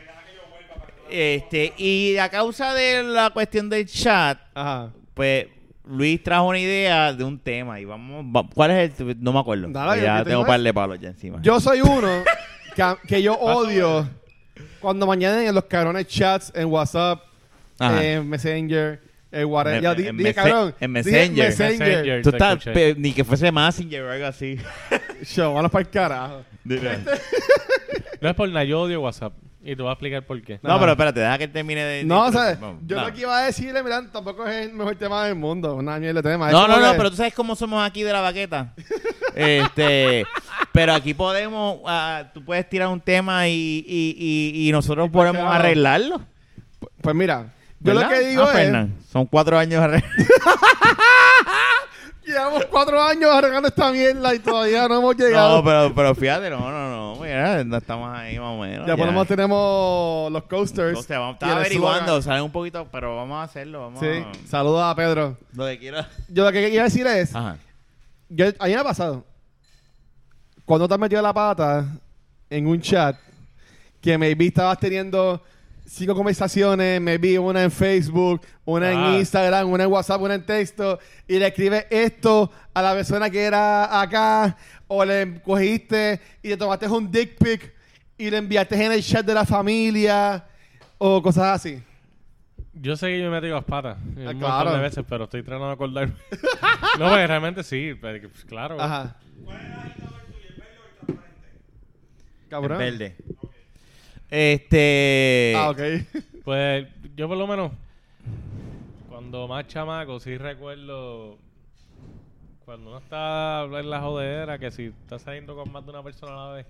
Speaker 4: Este, y a causa de la cuestión del chat,
Speaker 1: Ajá.
Speaker 4: pues Luis trajo una idea de un tema. Y vamos, va- ¿cuál es el? No me acuerdo.
Speaker 1: Nada,
Speaker 4: Pues
Speaker 1: yo-
Speaker 4: ya
Speaker 1: yo
Speaker 4: tengo
Speaker 1: tengo
Speaker 4: un par de palos ya encima.
Speaker 1: Yo soy uno que, a- que yo odio cuando mañana en los cabrones chats, en WhatsApp,
Speaker 4: Ajá.
Speaker 1: en Messenger, en
Speaker 4: En-
Speaker 1: WhatsApp. Ya di-
Speaker 4: en
Speaker 1: dije,
Speaker 4: mese-
Speaker 1: cabrón.
Speaker 4: en
Speaker 1: dije
Speaker 4: Messenger.
Speaker 1: Messenger.
Speaker 4: Tú
Speaker 2: te
Speaker 4: estás,
Speaker 2: escuché.
Speaker 4: pe- ni que fuese Messenger o algo así.
Speaker 1: Show, vamos para el carajo. Este-
Speaker 2: No es por nada, yo odio WhatsApp. Y te voy a explicar por qué.
Speaker 4: No, pero espérate, deja que él termine de.
Speaker 1: No,
Speaker 4: de-
Speaker 1: o sea,
Speaker 4: vamos,
Speaker 1: yo
Speaker 4: vamos.
Speaker 1: lo que iba a decirle, mira, tampoco es el mejor tema del mundo. Una mierda de tema. Es
Speaker 4: No,
Speaker 1: como
Speaker 4: no, no,
Speaker 1: que-
Speaker 4: pero tú sabes cómo somos aquí de la baqueta. este, pero aquí podemos, ah, tú puedes tirar un tema y, y, y, y nosotros podemos
Speaker 1: quedado.
Speaker 4: arreglarlo.
Speaker 1: Pues mira, Pues yo lo
Speaker 4: ¿verdad?
Speaker 1: que digo
Speaker 4: Ah,
Speaker 1: es...
Speaker 4: Fernan, son cuatro años arreglando.
Speaker 1: Llevamos cuatro años arreglando esta mierda y todavía no hemos llegado.
Speaker 4: No, pero, pero fíjate, no, no, no, mira, no estamos ahí más o menos.
Speaker 1: ya por lo menos tenemos los coasters.
Speaker 4: O sea, vamos,
Speaker 1: Y
Speaker 4: estaba
Speaker 1: el
Speaker 4: averiguando,
Speaker 1: eslogan.
Speaker 4: sale un poquito, pero vamos a hacerlo, vamos a...
Speaker 1: Sí, saludos a Pedro.
Speaker 4: Lo que quiero...
Speaker 1: Yo lo que iba a decir es,
Speaker 4: Ajá.
Speaker 1: yo, a mí me ha pasado, cuando te has metido la pata en un chat, que maybe estabas teniendo cinco conversaciones, maybe una en Facebook, una
Speaker 2: Ah.
Speaker 1: en Instagram, una en WhatsApp, una en texto, y le escribes esto a la persona que era acá, o le cogiste y le tomaste un dick pic y le enviaste en el chat de la familia, o cosas así.
Speaker 2: Yo sé que yo me digo las patas.
Speaker 4: Ah,
Speaker 2: un montón
Speaker 1: claro.
Speaker 2: de veces, pero estoy tratando de acordarme. no, porque realmente sí. pero, pues, claro.
Speaker 1: Ajá. Cabrón.
Speaker 4: Verde. Este...
Speaker 1: Ah, ok.
Speaker 2: Pues yo por lo menos, cuando más chamaco, sí recuerdo... Cuando uno está en la jodedera, que si está saliendo con más de una persona a la vez,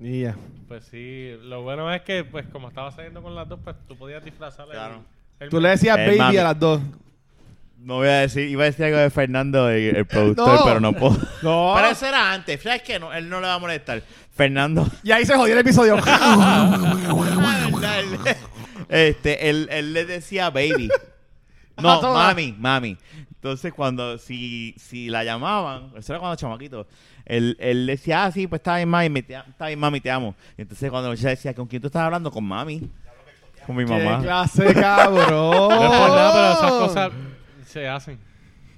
Speaker 1: Y ya.
Speaker 2: pues sí. Lo bueno es que, pues como estaba saliendo con las dos, pues tú podías disfrazar el-
Speaker 4: Claro.
Speaker 2: el-
Speaker 1: Tú le decías
Speaker 4: Eh,
Speaker 1: baby
Speaker 4: mami.
Speaker 1: a las dos.
Speaker 4: No voy a decir, iba a decir algo de Fernando, el, el productor,
Speaker 1: No.
Speaker 4: pero no puedo.
Speaker 1: No.
Speaker 4: Pero eso era antes, ¿sabes qué? No, él no le va a molestar. Fernando.
Speaker 1: Y ahí se jodió el episodio.
Speaker 4: este, él, él le decía baby.
Speaker 1: A
Speaker 4: No,
Speaker 1: todas.
Speaker 4: mami, mami. Entonces, cuando, si, si la llamaban, eso era cuando chamaquito, él, él decía, ah, sí, pues está bien, mami, me te, am- está bien, mami, te amo. Y entonces, cuando ella decía, ¿con quién tú estás hablando? Con mami. Con mi
Speaker 1: ¡Qué
Speaker 4: mamá.
Speaker 1: clase, cabrón!
Speaker 2: No es por nada, pero esas
Speaker 1: ¡Oh!
Speaker 2: cosas se hacen.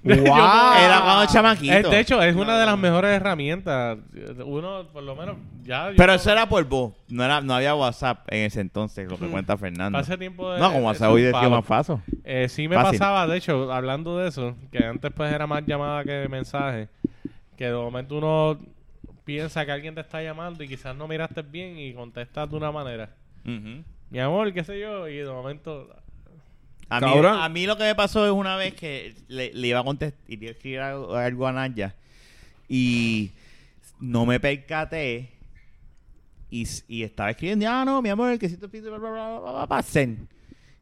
Speaker 2: Yo no-
Speaker 4: Era cuando chamaquito.
Speaker 2: Eh, de hecho, es una de las mejores herramientas. Uno, por lo menos, ya... yo
Speaker 4: Pero
Speaker 2: no-
Speaker 4: eso era por voz. No, era, no había WhatsApp en ese entonces, lo que cuenta Fernando.
Speaker 2: Mm. Hace tiempo... de-
Speaker 4: no, con
Speaker 2: de-
Speaker 4: WhatsApp
Speaker 2: de-
Speaker 4: hoy decía
Speaker 2: palo.
Speaker 4: más paso.
Speaker 2: Eh, sí me
Speaker 4: Fácil.
Speaker 2: pasaba, de hecho, hablando de eso, que antes pues era más llamada que mensaje, que de momento uno piensa que alguien te está llamando y quizás no miraste bien y contestas de una manera. Mi amor, qué sé yo, y de momento...
Speaker 4: a, mí,
Speaker 1: Cabrón.
Speaker 4: a mí lo que me pasó es una vez que le, le iba a contestar, iba a escribir algo, algo a Naya y no me percaté y, s- y estaba escribiendo, ah, no, mi amor, que si te pides, bla, bla, bla, bla, bla, bla, zen".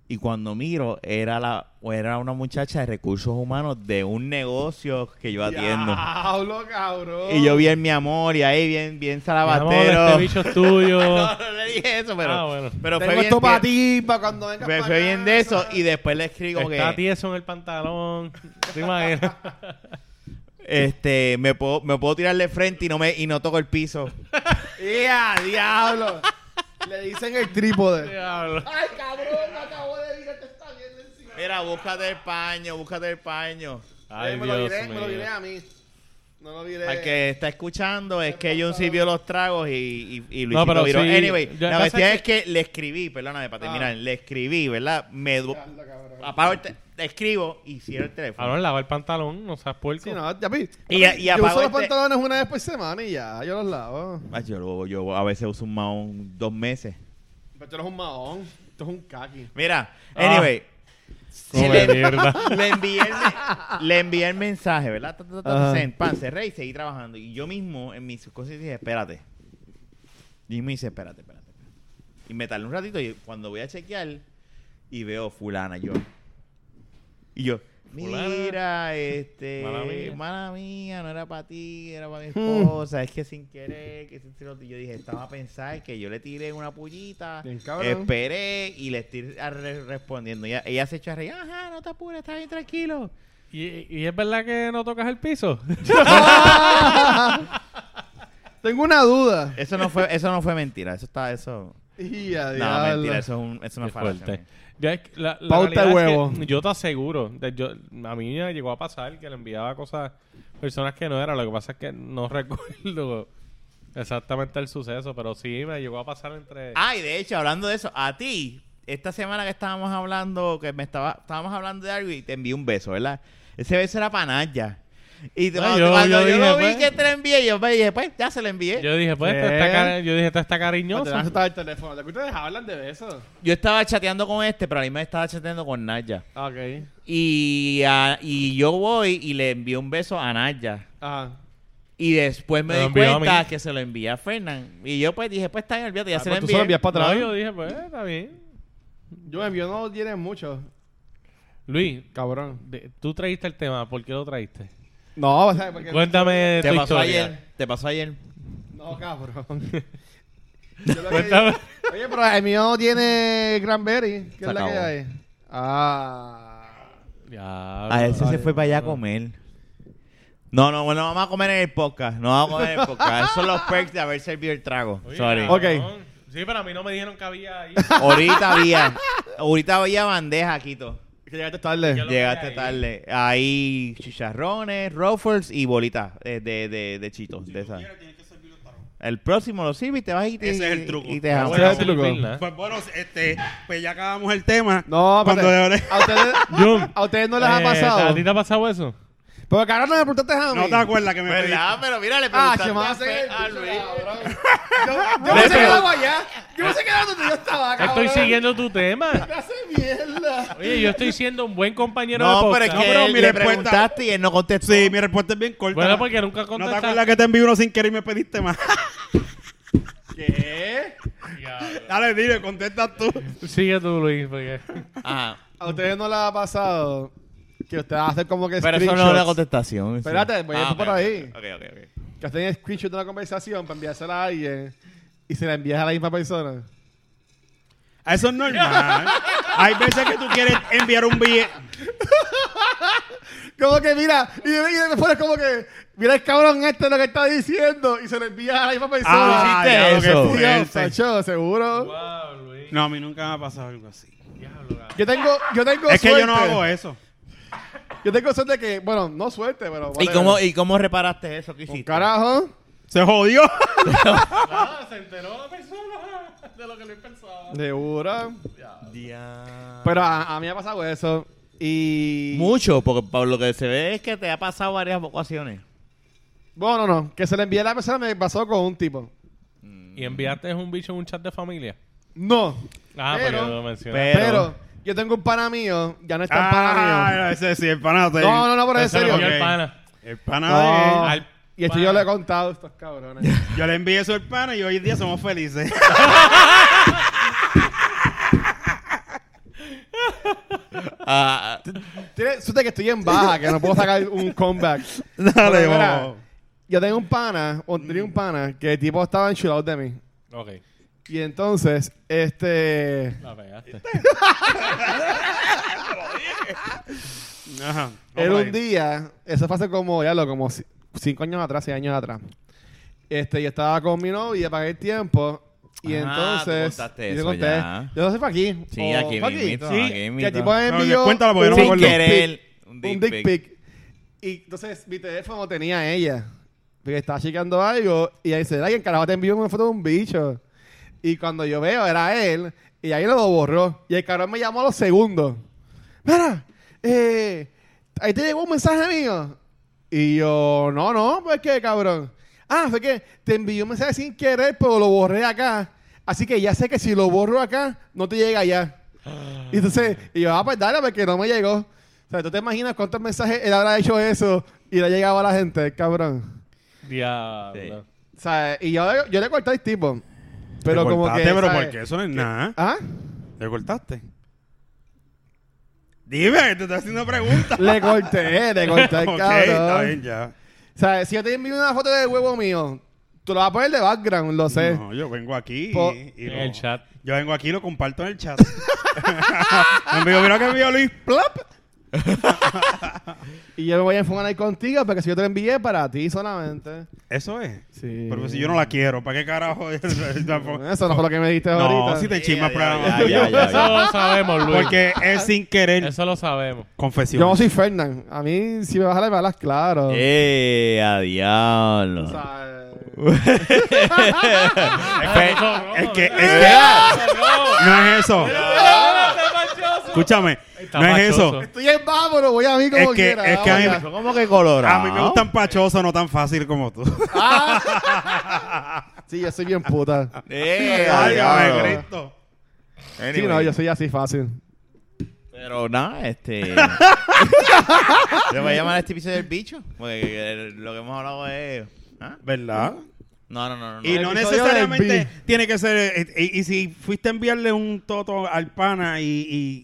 Speaker 4: Y cuando miro, era, la, era una muchacha de recursos humanos de un negocio que yo atiendo.
Speaker 1: ¡Diablo, cabrón!
Speaker 4: Y yo bien mi amor y ahí bien bien
Speaker 2: Mi amor, este
Speaker 4: salabatero.
Speaker 2: bicho es tuyo.
Speaker 4: no, no le dije eso, pero
Speaker 2: Ah, bueno.
Speaker 4: pero fue
Speaker 1: Tengo
Speaker 4: bien,
Speaker 1: esto para
Speaker 4: bien-
Speaker 1: ti, para cuando vengas
Speaker 4: fue-
Speaker 1: pa'
Speaker 4: fue bien
Speaker 1: acá.
Speaker 4: de eso y después le escribo
Speaker 2: Está
Speaker 4: que
Speaker 2: tieso en el pantalón. ¿Te imaginas?
Speaker 4: este me puedo me puedo tirar de frente y no me y no toco el piso.
Speaker 1: ¡Ya, diablo! Le dicen el trípode.
Speaker 2: Diablo.
Speaker 1: ¡Ay, cabrón! Me acabo de virarte esta mierda encima.
Speaker 4: Mira, búscate el paño, búscate el paño.
Speaker 2: Ay,
Speaker 1: Eh, me lo
Speaker 2: Dios
Speaker 1: diré, me lo
Speaker 2: mío.
Speaker 1: diré a mí. No lo diré.
Speaker 4: Al que está escuchando es que Jun sirvió los tragos y, y, y Luisito
Speaker 2: No, pero
Speaker 4: viró.
Speaker 2: sí,
Speaker 4: anyway,
Speaker 2: yo-
Speaker 4: la
Speaker 2: pasa
Speaker 4: bestia es
Speaker 2: que-
Speaker 4: que le escribí, perdóname, para terminar.
Speaker 1: Ah.
Speaker 4: Le escribí, ¿verdad? Me du-
Speaker 1: Anda, cabrón.
Speaker 4: apago el te- le escribo y cierro el teléfono.
Speaker 2: Cabrón, Ah, lava el pantalón, no seas puerco.
Speaker 1: Sí, no, ya vi.
Speaker 4: Y- y
Speaker 1: yo
Speaker 4: apagó
Speaker 1: uso los
Speaker 4: este-
Speaker 1: pantalones una vez por semana y ya, yo los lavo.
Speaker 4: Ah, yo, lo- yo a veces uso un maón dos meses.
Speaker 1: Pero esto no es un mahón, esto es un kaki.
Speaker 4: Mira,
Speaker 2: Ah.
Speaker 4: anyway.
Speaker 2: Come
Speaker 4: le,
Speaker 2: mierda.
Speaker 4: le envié el, me- le envié el mensaje, ¿verdad? Ta, ta, ta, ta,
Speaker 1: Ajá.
Speaker 4: send, pan, cerré y seguí trabajando. Y yo mismo en mis cosas dije, espérate. Y me dice, espérate, espérate. espérate. Y me tardé un ratito y cuando voy a chequear y veo fulana yo. Y yo,
Speaker 2: Fulana.
Speaker 4: mira, este,
Speaker 2: Mala mía. Hmm.
Speaker 4: mala mía, no era para ti, era para mi esposa, es que sin querer, que sin querer, yo dije, estaba a pensar que yo le tiré una pullita,
Speaker 1: Bien cabrón.
Speaker 4: esperé y le estoy a- re- respondiendo. Ella, ella se echó a reír, ajá, no te apures, está bien tranquilo.
Speaker 2: ¿Y, y es verdad que no tocas el piso?
Speaker 1: Tengo una duda.
Speaker 4: Eso no fue, eso no fue mentira, eso está, eso,
Speaker 1: Y a
Speaker 4: no,
Speaker 1: diablo.
Speaker 4: mentira, eso es, un, es una
Speaker 2: Qué
Speaker 4: falacia.
Speaker 2: fuerte. Yo es que la- la
Speaker 1: Pauta de
Speaker 2: realidad es
Speaker 1: huevo.
Speaker 2: que yo te aseguro, de- yo- a mí me llegó a pasar que le enviaba cosas personas que no eran. Lo que pasa es que no recuerdo exactamente el suceso, pero sí me llegó a pasar entre.
Speaker 4: Ay, de hecho, hablando de eso, a ti, esta semana que estábamos hablando, que me estaba, estábamos hablando de algo y te envié un beso, ¿verdad? Ese beso era para Naya. Y te-
Speaker 2: No,
Speaker 4: cuando,
Speaker 2: yo- yo
Speaker 4: cuando yo,
Speaker 2: dije,
Speaker 4: lo vi
Speaker 2: pues.
Speaker 4: que te lo envié, yo me dije, pues, ya se lo envié. Yo,
Speaker 2: Yo dije, pues,
Speaker 1: ¿Qué?
Speaker 2: esta está, cari- yo dije, esta está
Speaker 1: Pero te vas a
Speaker 2: cariñosa.
Speaker 1: soltar el teléfono. ¿De qué ustedes hablan de besos?
Speaker 4: estaba chateando con este, pero a mí me estaba chateando con Naya.
Speaker 1: Ok.
Speaker 4: Y, a- y yo voy y le envío un beso a Naya.
Speaker 1: Ajá.
Speaker 4: Y después me
Speaker 2: Me lo
Speaker 4: di
Speaker 2: envió a
Speaker 4: cuenta
Speaker 2: mí.
Speaker 4: que se lo envié a Fernán. Y yo pues dije, pues está bien, olvídate, ya
Speaker 1: Ah,
Speaker 4: se lo
Speaker 1: pues tú se lo
Speaker 4: envié.
Speaker 1: envías para
Speaker 2: No,
Speaker 1: atrás.
Speaker 2: yo dije, pues, está bien.
Speaker 1: Yo envío no tiene mucho.
Speaker 2: Luis,
Speaker 1: Cabrón.
Speaker 2: de- tú traíste el tema, ¿por qué lo traíste?
Speaker 1: No, o sea, porque...
Speaker 2: Cuéntame
Speaker 4: Te
Speaker 2: tu
Speaker 4: pasó
Speaker 2: historia.
Speaker 4: ayer, te pasó ayer.
Speaker 1: No, cabrón. Yo lo que-
Speaker 2: Cuéntame.
Speaker 1: Oye, pero el mío no tiene Cranberry. ¿Qué
Speaker 4: Se
Speaker 1: es la que
Speaker 4: acabó.
Speaker 1: hay? Ah.
Speaker 2: Ya,
Speaker 4: A él se,
Speaker 2: Ah, vale.
Speaker 4: se fue para allá a comer. No, no, bueno, vamos a comer en el podcast. No vamos a comer en el podcast. Esos son los perks de haber servido el trago.
Speaker 2: Oye,
Speaker 4: Sorry.
Speaker 1: Ok.
Speaker 2: cabrón. Sí, pero a mí no me dijeron que había ahí.
Speaker 4: Ahorita había, ahorita había bandeja, Quito.
Speaker 1: Que llegaste tarde.
Speaker 2: Ya lo-
Speaker 4: Llegaste
Speaker 2: ahí.
Speaker 4: tarde. Ahí chicharrones, ruffles y bolitas eh, de, de, de chitos. de esas. El próximo lo sirve y te vas y te
Speaker 3: Ese es el truco.
Speaker 4: Y te
Speaker 2: Ah,
Speaker 4: jamas.
Speaker 1: Ese
Speaker 2: bueno,
Speaker 1: es el truco.
Speaker 2: servirla.
Speaker 3: Pues bueno, este, pues ya acabamos el tema.
Speaker 1: No,
Speaker 3: Cuando
Speaker 1: espérate.
Speaker 4: Ah,
Speaker 3: le-
Speaker 1: a ustedes,
Speaker 2: Jun,
Speaker 1: a ustedes no les ha
Speaker 2: eh,
Speaker 1: pasado.
Speaker 2: ¿A ti te ha pasado eso?
Speaker 1: Porque cabrón no me preguntaste a mí.
Speaker 3: No te acuerdas que me pediste.
Speaker 4: ¿Verdad? Pero mira, le
Speaker 1: Ah,
Speaker 4: preguntaste
Speaker 1: se me
Speaker 4: a
Speaker 1: hace
Speaker 4: Fe-
Speaker 1: el
Speaker 4: a
Speaker 1: bicho,
Speaker 4: Luis.
Speaker 1: cabrón. Yo, yo
Speaker 2: Le
Speaker 1: me sé
Speaker 2: pregun-
Speaker 1: quedado allá. Yo me sé quedado donde yo estaba, cabrón.
Speaker 2: Estoy siguiendo tu tema.
Speaker 1: Me hace mierda.
Speaker 2: Oye, yo estoy siendo un buen compañero de
Speaker 4: No, pero pues, es
Speaker 2: podcast.
Speaker 4: que
Speaker 3: No, pero
Speaker 4: él
Speaker 3: mi
Speaker 4: le
Speaker 3: respuesta-
Speaker 4: preguntaste y él no contestó.
Speaker 3: Sí, mi respuesta es bien corta.
Speaker 2: Bueno, pues, porque nunca
Speaker 3: ¿No te
Speaker 2: contestaste.
Speaker 3: acuerdas que te envié uno sin querer y me pediste más?
Speaker 1: ¿Qué?
Speaker 3: Dale, dile, contesta tú.
Speaker 2: Sigue tú, Luis, porque...
Speaker 4: Ajá.
Speaker 1: A ustedes no les ha pasado que ustedes hacen como que
Speaker 4: Pero eso no es
Speaker 1: screenshots.
Speaker 4: una contestación. sí.
Speaker 1: Espérate, voy a ir
Speaker 4: Ah,
Speaker 1: por
Speaker 4: ok,
Speaker 1: ahí.
Speaker 4: Ok, ok, ok.
Speaker 1: Que hacen screenshot de una conversación para enviársela a alguien y se la envías a la misma persona.
Speaker 3: Eso es normal. Hay veces que tú quieres enviar un billete.
Speaker 1: Como que mira, y de y después como que, mira el cabrón este lo que está diciendo y se lo envías a la misma persona.
Speaker 3: Ah,
Speaker 4: hiciste
Speaker 3: ya,
Speaker 4: eso.
Speaker 3: ok,
Speaker 1: Dios,
Speaker 3: fuerte.
Speaker 1: Sacho, seguro.
Speaker 2: Wow, Luis.
Speaker 3: No, a mí nunca me ha pasado algo así.
Speaker 2: Diablo, cabrón.
Speaker 1: Yo tengo, yo tengo
Speaker 3: Es que
Speaker 1: suerte.
Speaker 3: yo no hago eso.
Speaker 1: Yo tengo suerte que, bueno, no suerte, pero.
Speaker 4: ¿Y
Speaker 1: whatever.
Speaker 4: cómo, ¿Y cómo reparaste eso que
Speaker 1: Con
Speaker 4: hiciste?
Speaker 1: carajo.
Speaker 3: Se jodió.
Speaker 2: Ah, se enteró la persona de lo que Luis pensaba.
Speaker 1: Seguro.
Speaker 4: Dia-
Speaker 1: Pero a, a mí me ha pasado eso. Y.
Speaker 4: Mucho, porque por lo que se ve es que te ha pasado varias ocasiones.
Speaker 1: Bueno, no. Que se le envié a la persona me pasó con un tipo.
Speaker 2: Y enviaste un bicho en un chat de familia.
Speaker 1: No.
Speaker 2: Ah, pero,
Speaker 1: Pero-
Speaker 2: lo mencionaste.
Speaker 4: pero-
Speaker 1: Pero, yo tengo un pana mío. Ya no es tan pana mío.
Speaker 3: Ah, ese sí, el pana. te-
Speaker 1: No, no, no, pero en
Speaker 2: Ese lo
Speaker 1: serio.
Speaker 2: envió el
Speaker 3: Ok.
Speaker 2: pana.
Speaker 3: El pana
Speaker 1: No.
Speaker 3: de-
Speaker 2: Al-
Speaker 1: Y esto yo le he contado a estos cabrones.
Speaker 3: Yo le envié eso al pana y hoy día somos felices.
Speaker 4: Ah,
Speaker 1: Tiene suerte que estoy en baja, que no puedo sacar un comeback. Pero
Speaker 3: Dale,
Speaker 1: mira,
Speaker 3: vamos.
Speaker 1: Yo tengo un pana, o tenía un pana, que el tipo estaba enchilado de mí.
Speaker 2: Ok,
Speaker 1: Y entonces, este.
Speaker 2: la pegaste.
Speaker 3: Ajá. vamos
Speaker 1: Era
Speaker 3: por
Speaker 1: un
Speaker 3: ahí.
Speaker 1: día, eso fue hace como, ya lo, como ci- cinco años atrás, seis años atrás. Este, yo estaba con mi novia para el tiempo. Y
Speaker 4: Ah,
Speaker 1: entonces.
Speaker 4: tú contaste
Speaker 1: yo
Speaker 4: eso
Speaker 1: conté.
Speaker 4: ya.
Speaker 1: Yo no sé para aquí.
Speaker 4: Sí,
Speaker 1: o
Speaker 4: aquí
Speaker 1: fue aquí.
Speaker 4: mismito,
Speaker 1: Sí,
Speaker 4: aquí
Speaker 1: que el
Speaker 4: mismito.
Speaker 1: tipo me
Speaker 3: No,
Speaker 1: envió
Speaker 3: cuéntalo, porque yo no me
Speaker 1: un
Speaker 4: sin
Speaker 3: acuerdo.
Speaker 1: dick pic,
Speaker 4: querer,
Speaker 1: un dick pic. Y entonces mi teléfono tenía ella. Porque estaba chequeando algo y ahí dice, ay, el carajo te envió una foto de un bicho. Y cuando yo veo, era él, y ahí lo borró. Y el cabrón me llamó a los segundos. Mira, eh, ahí te llegó un mensaje mío. Y yo, no, no, pues qué, cabrón. Ah, fue que te envió un mensaje sin querer, pero lo borré acá. Así que ya sé que si lo borro acá, no te llega allá. Y entonces, y yo, ah, pues dale, porque no me llegó. O sea, ¿tú te imaginas cuántos mensajes él habrá hecho eso y le ha llegado a la gente, cabrón?
Speaker 2: Diablo.
Speaker 1: O sea, y yo, yo le corté al tipo. Pero
Speaker 3: Te
Speaker 1: como que.
Speaker 3: cortaste, pero
Speaker 1: ¿sabes?
Speaker 3: porque eso no es nada.
Speaker 1: ¿Ah?
Speaker 3: ¿Le cortaste? Dime, te estoy haciendo preguntas.
Speaker 1: Le corté, le corté al
Speaker 3: Ok, está bien
Speaker 1: cabrón.
Speaker 3: ya.
Speaker 1: O sea, si yo te envío una foto del huevo mío, tú lo vas a poner de background, lo sé.
Speaker 3: No, yo vengo aquí
Speaker 1: Po-
Speaker 3: y, y
Speaker 2: En
Speaker 3: lo-
Speaker 2: el chat.
Speaker 3: Yo vengo aquí y lo comparto en el chat. Me envió, mira que envió Luis. ¡Plop!
Speaker 1: Y yo me voy a enfocar ahí contigo porque si yo te lo envié para ti solamente.
Speaker 3: Eso es.
Speaker 1: Sí.
Speaker 3: Pero pues, si yo no la quiero, ¿para qué carajo? Tampoco-
Speaker 1: Eso no fue lo que me diste ahorita.
Speaker 3: no, si te enchismas
Speaker 4: Ya,
Speaker 3: programa.
Speaker 4: ya, ya, ya,
Speaker 2: Eso lo sabemos, Luis.
Speaker 3: Porque es sin querer.
Speaker 2: Eso lo sabemos.
Speaker 3: Confesión.
Speaker 1: Yo no soy Fernán. A mí, si me vas a las balas, claro.
Speaker 4: ¡Eh, a diablo!
Speaker 1: O sea,
Speaker 3: Fe- es que, es que no es eso. Escúchame, no es eso.
Speaker 1: estoy en vámonos, voy a mí como
Speaker 3: Es que-
Speaker 1: quiera.
Speaker 3: es que a mí-
Speaker 1: vamos allá.
Speaker 4: ¿Cómo que colorado?
Speaker 3: A mí me gustan pachosos, no tan fácil como tú.
Speaker 1: Ah. Sí, yo soy bien puta.
Speaker 4: ¡Eh, a
Speaker 3: Ay,
Speaker 4: diablo!
Speaker 3: ay, Cristo.
Speaker 1: Sí, no, yo soy así fácil.
Speaker 4: Pero nada, este. ¿Le voy a llamar a este episodio del bicho? Porque eh, lo que hemos hablado es. ¿Ah?
Speaker 3: ¿Verdad?
Speaker 4: No, no, no, no.
Speaker 3: Y
Speaker 1: El
Speaker 3: no
Speaker 1: episodio del
Speaker 3: necesariamente
Speaker 1: B.
Speaker 3: tiene que ser. eh, Y, y si fuiste a enviarle un toto al pana y,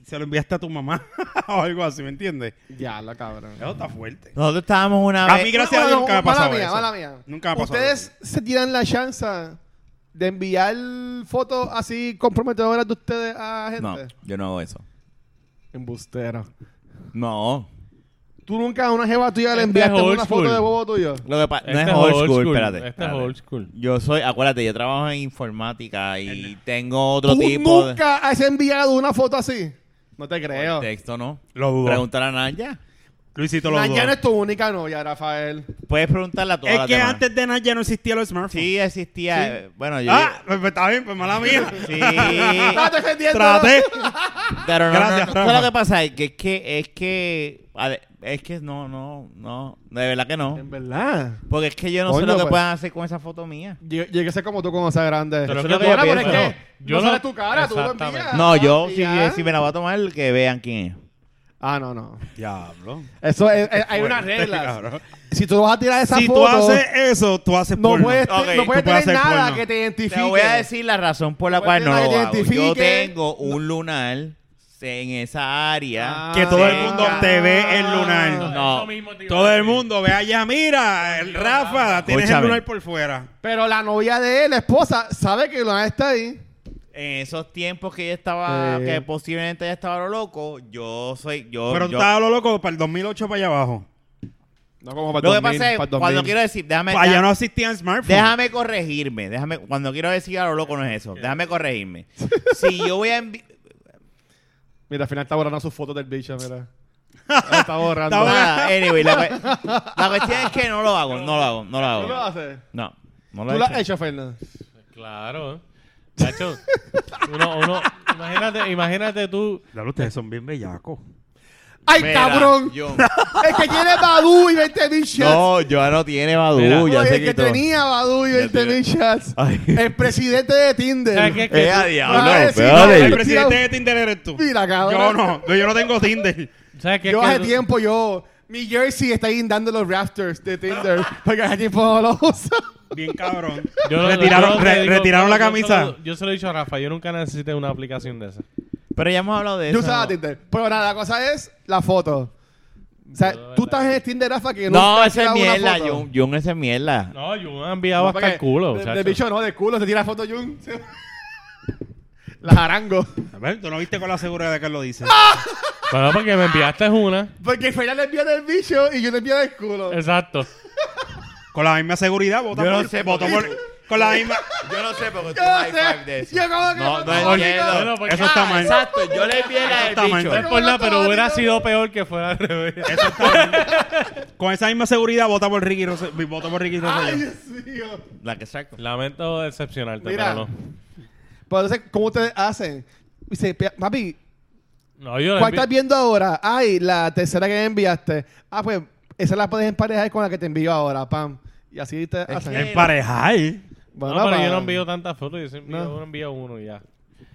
Speaker 3: y se lo enviaste a tu mamá o algo así, ¿me entiendes?
Speaker 1: Ya, la cabrón.
Speaker 3: Eso está fuerte.
Speaker 4: Nosotros estábamos una
Speaker 3: A mí,
Speaker 4: vez.
Speaker 3: gracias a Dios, nunca me ha pasado
Speaker 1: mala mía,
Speaker 3: eso.
Speaker 1: mala mía.
Speaker 3: Nunca me ha pasado
Speaker 1: Ustedes
Speaker 3: eso.
Speaker 1: se tiran la chance de enviar fotos así comprometedoras de ustedes a gente.
Speaker 4: No, yo no hago eso.
Speaker 1: Embustero.
Speaker 4: No.
Speaker 1: Tú nunca a una jeva tuya le
Speaker 2: Este
Speaker 1: enviaste
Speaker 2: es old
Speaker 1: una foto
Speaker 2: school.
Speaker 1: de huevo tuyo.
Speaker 4: Lo que pa- no
Speaker 2: Este
Speaker 4: es old school, espérate.
Speaker 2: Este es
Speaker 4: espérate.
Speaker 2: old school.
Speaker 4: Yo soy, acuérdate, yo trabajo en informática y tengo otro
Speaker 1: Tú
Speaker 4: tipo de-
Speaker 1: nunca has enviado una foto así. No te creo.
Speaker 4: texto, ¿no?
Speaker 3: Lo dudo.
Speaker 4: Preguntar a Naya.
Speaker 3: Luisito lo
Speaker 1: Mañana es
Speaker 3: dudó.
Speaker 1: tu única novia, Rafael.
Speaker 4: Puedes preguntarle a todas
Speaker 3: Es
Speaker 4: las
Speaker 3: que
Speaker 4: demás.
Speaker 3: antes de Naya no existía los smartphones.
Speaker 4: Sí, existía. eh, Bueno, yo.
Speaker 3: Ah, pues pues, está bien, pues mala mía.
Speaker 4: Sí.
Speaker 1: ¡Estás defendiendo!
Speaker 3: Ah. Traté.
Speaker 4: Pero no,
Speaker 3: Gracias,
Speaker 4: no,
Speaker 3: Rafa.
Speaker 4: no, lo que pasa es que es que es que a ver, es que no, no, no, de verdad que no.
Speaker 1: En verdad.
Speaker 4: Porque es que yo no sé
Speaker 1: Em. Coño,
Speaker 4: lo que
Speaker 1: pues.
Speaker 4: puedan hacer con esa foto mía.
Speaker 1: Yo, yo que sé como tú como esa grande.
Speaker 2: Pero
Speaker 1: Eso es
Speaker 2: es que
Speaker 1: lo que
Speaker 2: tú
Speaker 1: yo
Speaker 2: eres,
Speaker 1: pienso.
Speaker 2: pero yo
Speaker 1: no
Speaker 2: no-
Speaker 1: sale tu cara, tú lo
Speaker 2: Exactamente.
Speaker 1: envías.
Speaker 4: No, yo
Speaker 1: Ah, y
Speaker 4: si, eh,
Speaker 1: ya.
Speaker 4: si me la voy a tomar que vean quién es.
Speaker 1: Ah, no, no.
Speaker 3: Diablo.
Speaker 1: Eso es, es- hay unas
Speaker 3: Fuerte,
Speaker 1: reglas.
Speaker 3: cabrón.
Speaker 1: Si tú vas a tirar esa
Speaker 3: Si
Speaker 1: foto,
Speaker 3: tú haces eso, tú haces
Speaker 1: no
Speaker 3: porno.
Speaker 1: puedes,
Speaker 4: Ok,
Speaker 1: no puedes
Speaker 3: tú puedes
Speaker 1: tener
Speaker 3: hacer
Speaker 1: nada
Speaker 3: porno.
Speaker 1: que te identifique.
Speaker 4: Te voy a decir la razón por la
Speaker 1: Pues
Speaker 4: cual no
Speaker 1: nena,
Speaker 4: lo hago. Yo
Speaker 1: identifique.
Speaker 4: tengo un lunar en esa área.
Speaker 1: Ah.
Speaker 3: Que todo el
Speaker 4: Venga.
Speaker 3: mundo te ve el
Speaker 1: No,
Speaker 3: lunar.
Speaker 4: No.
Speaker 3: Todo el mundo ve allá, mira, el Rafa, tienes
Speaker 4: Escúchame.
Speaker 3: el lunar por fuera.
Speaker 1: Pero la novia de él, la esposa, sabe que Luna está ahí.
Speaker 4: En esos tiempos que yo estaba,
Speaker 1: Sí.
Speaker 4: que posiblemente ya estaba lo loco, yo soy, yo,
Speaker 3: Pero tú
Speaker 4: yo-
Speaker 3: estabas a lo loco para el 2008 para allá abajo.
Speaker 1: No como para
Speaker 4: lo que pasa es, cuando quiero decir, déjame,
Speaker 3: Pa' allá
Speaker 4: déjame-
Speaker 3: no existían smartphones.
Speaker 4: Déjame corregirme, déjame, cuando quiero decir a lo loco no es eso, déjame corregirme. Si yo voy a envi-
Speaker 1: Mira, al final está borrando sus fotos del bicho, mira. Ah, está borrando.
Speaker 3: Está borrando.
Speaker 4: nada, anyway, la, cu- la cuestión es que no lo hago, no lo hago, no lo
Speaker 1: ¿Tú lo
Speaker 4: hago.
Speaker 1: haces?
Speaker 4: No, no
Speaker 1: ¿Tú
Speaker 4: lo
Speaker 1: lo has
Speaker 4: hago.
Speaker 1: hecho, Fernando?
Speaker 2: Claro. Chacho, uno, uno, imagínate, imagínate tú.
Speaker 3: Dale, ustedes son bien bellacos.
Speaker 1: ¡Ay, cabrón! El que tiene Badu y 20 mil shots.
Speaker 4: No, yo no tiene
Speaker 2: Mira.
Speaker 4: Badu,
Speaker 1: Oye,
Speaker 4: ya se
Speaker 1: el que
Speaker 4: quitó.
Speaker 1: tenía Badu y 20 mil shots.
Speaker 4: Ay.
Speaker 1: El presidente de
Speaker 2: ¿Sabes qué?
Speaker 1: Tinder.
Speaker 2: Es que
Speaker 4: Ah. Eh,
Speaker 2: tú-
Speaker 4: a diablo,
Speaker 1: Ah, sí,
Speaker 4: espérate.
Speaker 1: Ey,
Speaker 3: el presidente
Speaker 1: mira.
Speaker 3: de Tinder eres tú.
Speaker 1: Mira, cabrón.
Speaker 3: Yo no, yo- yo no tengo Tinder.
Speaker 2: ¿Sabes qué?
Speaker 1: Yo
Speaker 2: Es que
Speaker 1: hace
Speaker 2: tú-
Speaker 1: tiempo, yo. Mi jersey está guindando los rafters de Tinder. Porque hace tiempo no lo uso.
Speaker 3: Bien cabrón.
Speaker 2: yo no-
Speaker 3: retiraron
Speaker 2: yo no te
Speaker 3: re-
Speaker 2: digo-
Speaker 3: retiraron la
Speaker 2: yo- yo
Speaker 3: camisa.
Speaker 2: solo- Yo se lo he dicho a Rafa, yo nunca necesité una aplicación de esa.
Speaker 4: Pero ya hemos hablado de eso.
Speaker 1: Yo usaba Tinder. Pero nada, la cosa es la foto. O sea,
Speaker 2: No,
Speaker 1: tú
Speaker 2: verdad.
Speaker 1: estás en el Tinder, Rafa, que
Speaker 4: No,
Speaker 1: nunca
Speaker 4: ese es
Speaker 1: has tirado una
Speaker 4: mierda,
Speaker 1: foto.
Speaker 4: Jun, Jun, ese es mierda.
Speaker 2: No, yo me he enviado
Speaker 1: No,
Speaker 2: hasta el
Speaker 1: porque
Speaker 2: culo.
Speaker 1: de-
Speaker 2: chacho.
Speaker 1: De bicho no, de culo. Se tira foto, Jun. La jarango.
Speaker 3: A ver, tú no viste con la seguridad de que él lo dice.
Speaker 2: Bueno, porque me enviaste una.
Speaker 1: Porque Fernández le envía del bicho y yo le envío del culo.
Speaker 2: Exacto.
Speaker 3: Con la misma seguridad, vota
Speaker 4: Yo no
Speaker 3: por,
Speaker 4: sé,
Speaker 3: votó
Speaker 4: porque-
Speaker 3: por- Con la misma.
Speaker 4: Yo no sé porque tú
Speaker 1: Yo no
Speaker 4: high five
Speaker 1: sé.
Speaker 4: de eso.
Speaker 1: Yo como que
Speaker 4: no,
Speaker 1: no,
Speaker 4: no
Speaker 1: no,
Speaker 4: entiendo.
Speaker 2: no, no, porque-
Speaker 3: Eso está
Speaker 4: Ah,
Speaker 3: mal.
Speaker 4: Exacto, yo le vi a
Speaker 3: está
Speaker 4: el
Speaker 3: mal.
Speaker 4: bicho.
Speaker 2: No es por nada, pero hubiera sido peor que fuera al revés.
Speaker 3: Eso está mal. Con esa misma seguridad, vota por Ricky Rosselló. Vota por Ricky
Speaker 1: Ay,
Speaker 3: Rosselló.
Speaker 1: Dios mío.
Speaker 4: La que exacto.
Speaker 2: Lamento decepcionarte,
Speaker 1: Mira.
Speaker 2: pero no.
Speaker 1: Pero entonces, ¿cómo ustedes hacen? Dice, "Pe- papi,
Speaker 2: No, yo
Speaker 1: ¿cuál estás viendo ahora? Ay, la tercera que me enviaste. Ah, pues, esa la puedes emparejar con la que te envío ahora, pam. Y así te hacen.
Speaker 4: que-
Speaker 3: Emparejar.
Speaker 1: Bueno,
Speaker 2: no, pero
Speaker 1: pa-
Speaker 2: yo no envío tantas fotos, yo siempre
Speaker 1: No.
Speaker 2: yo envío uno y ya.
Speaker 3: Es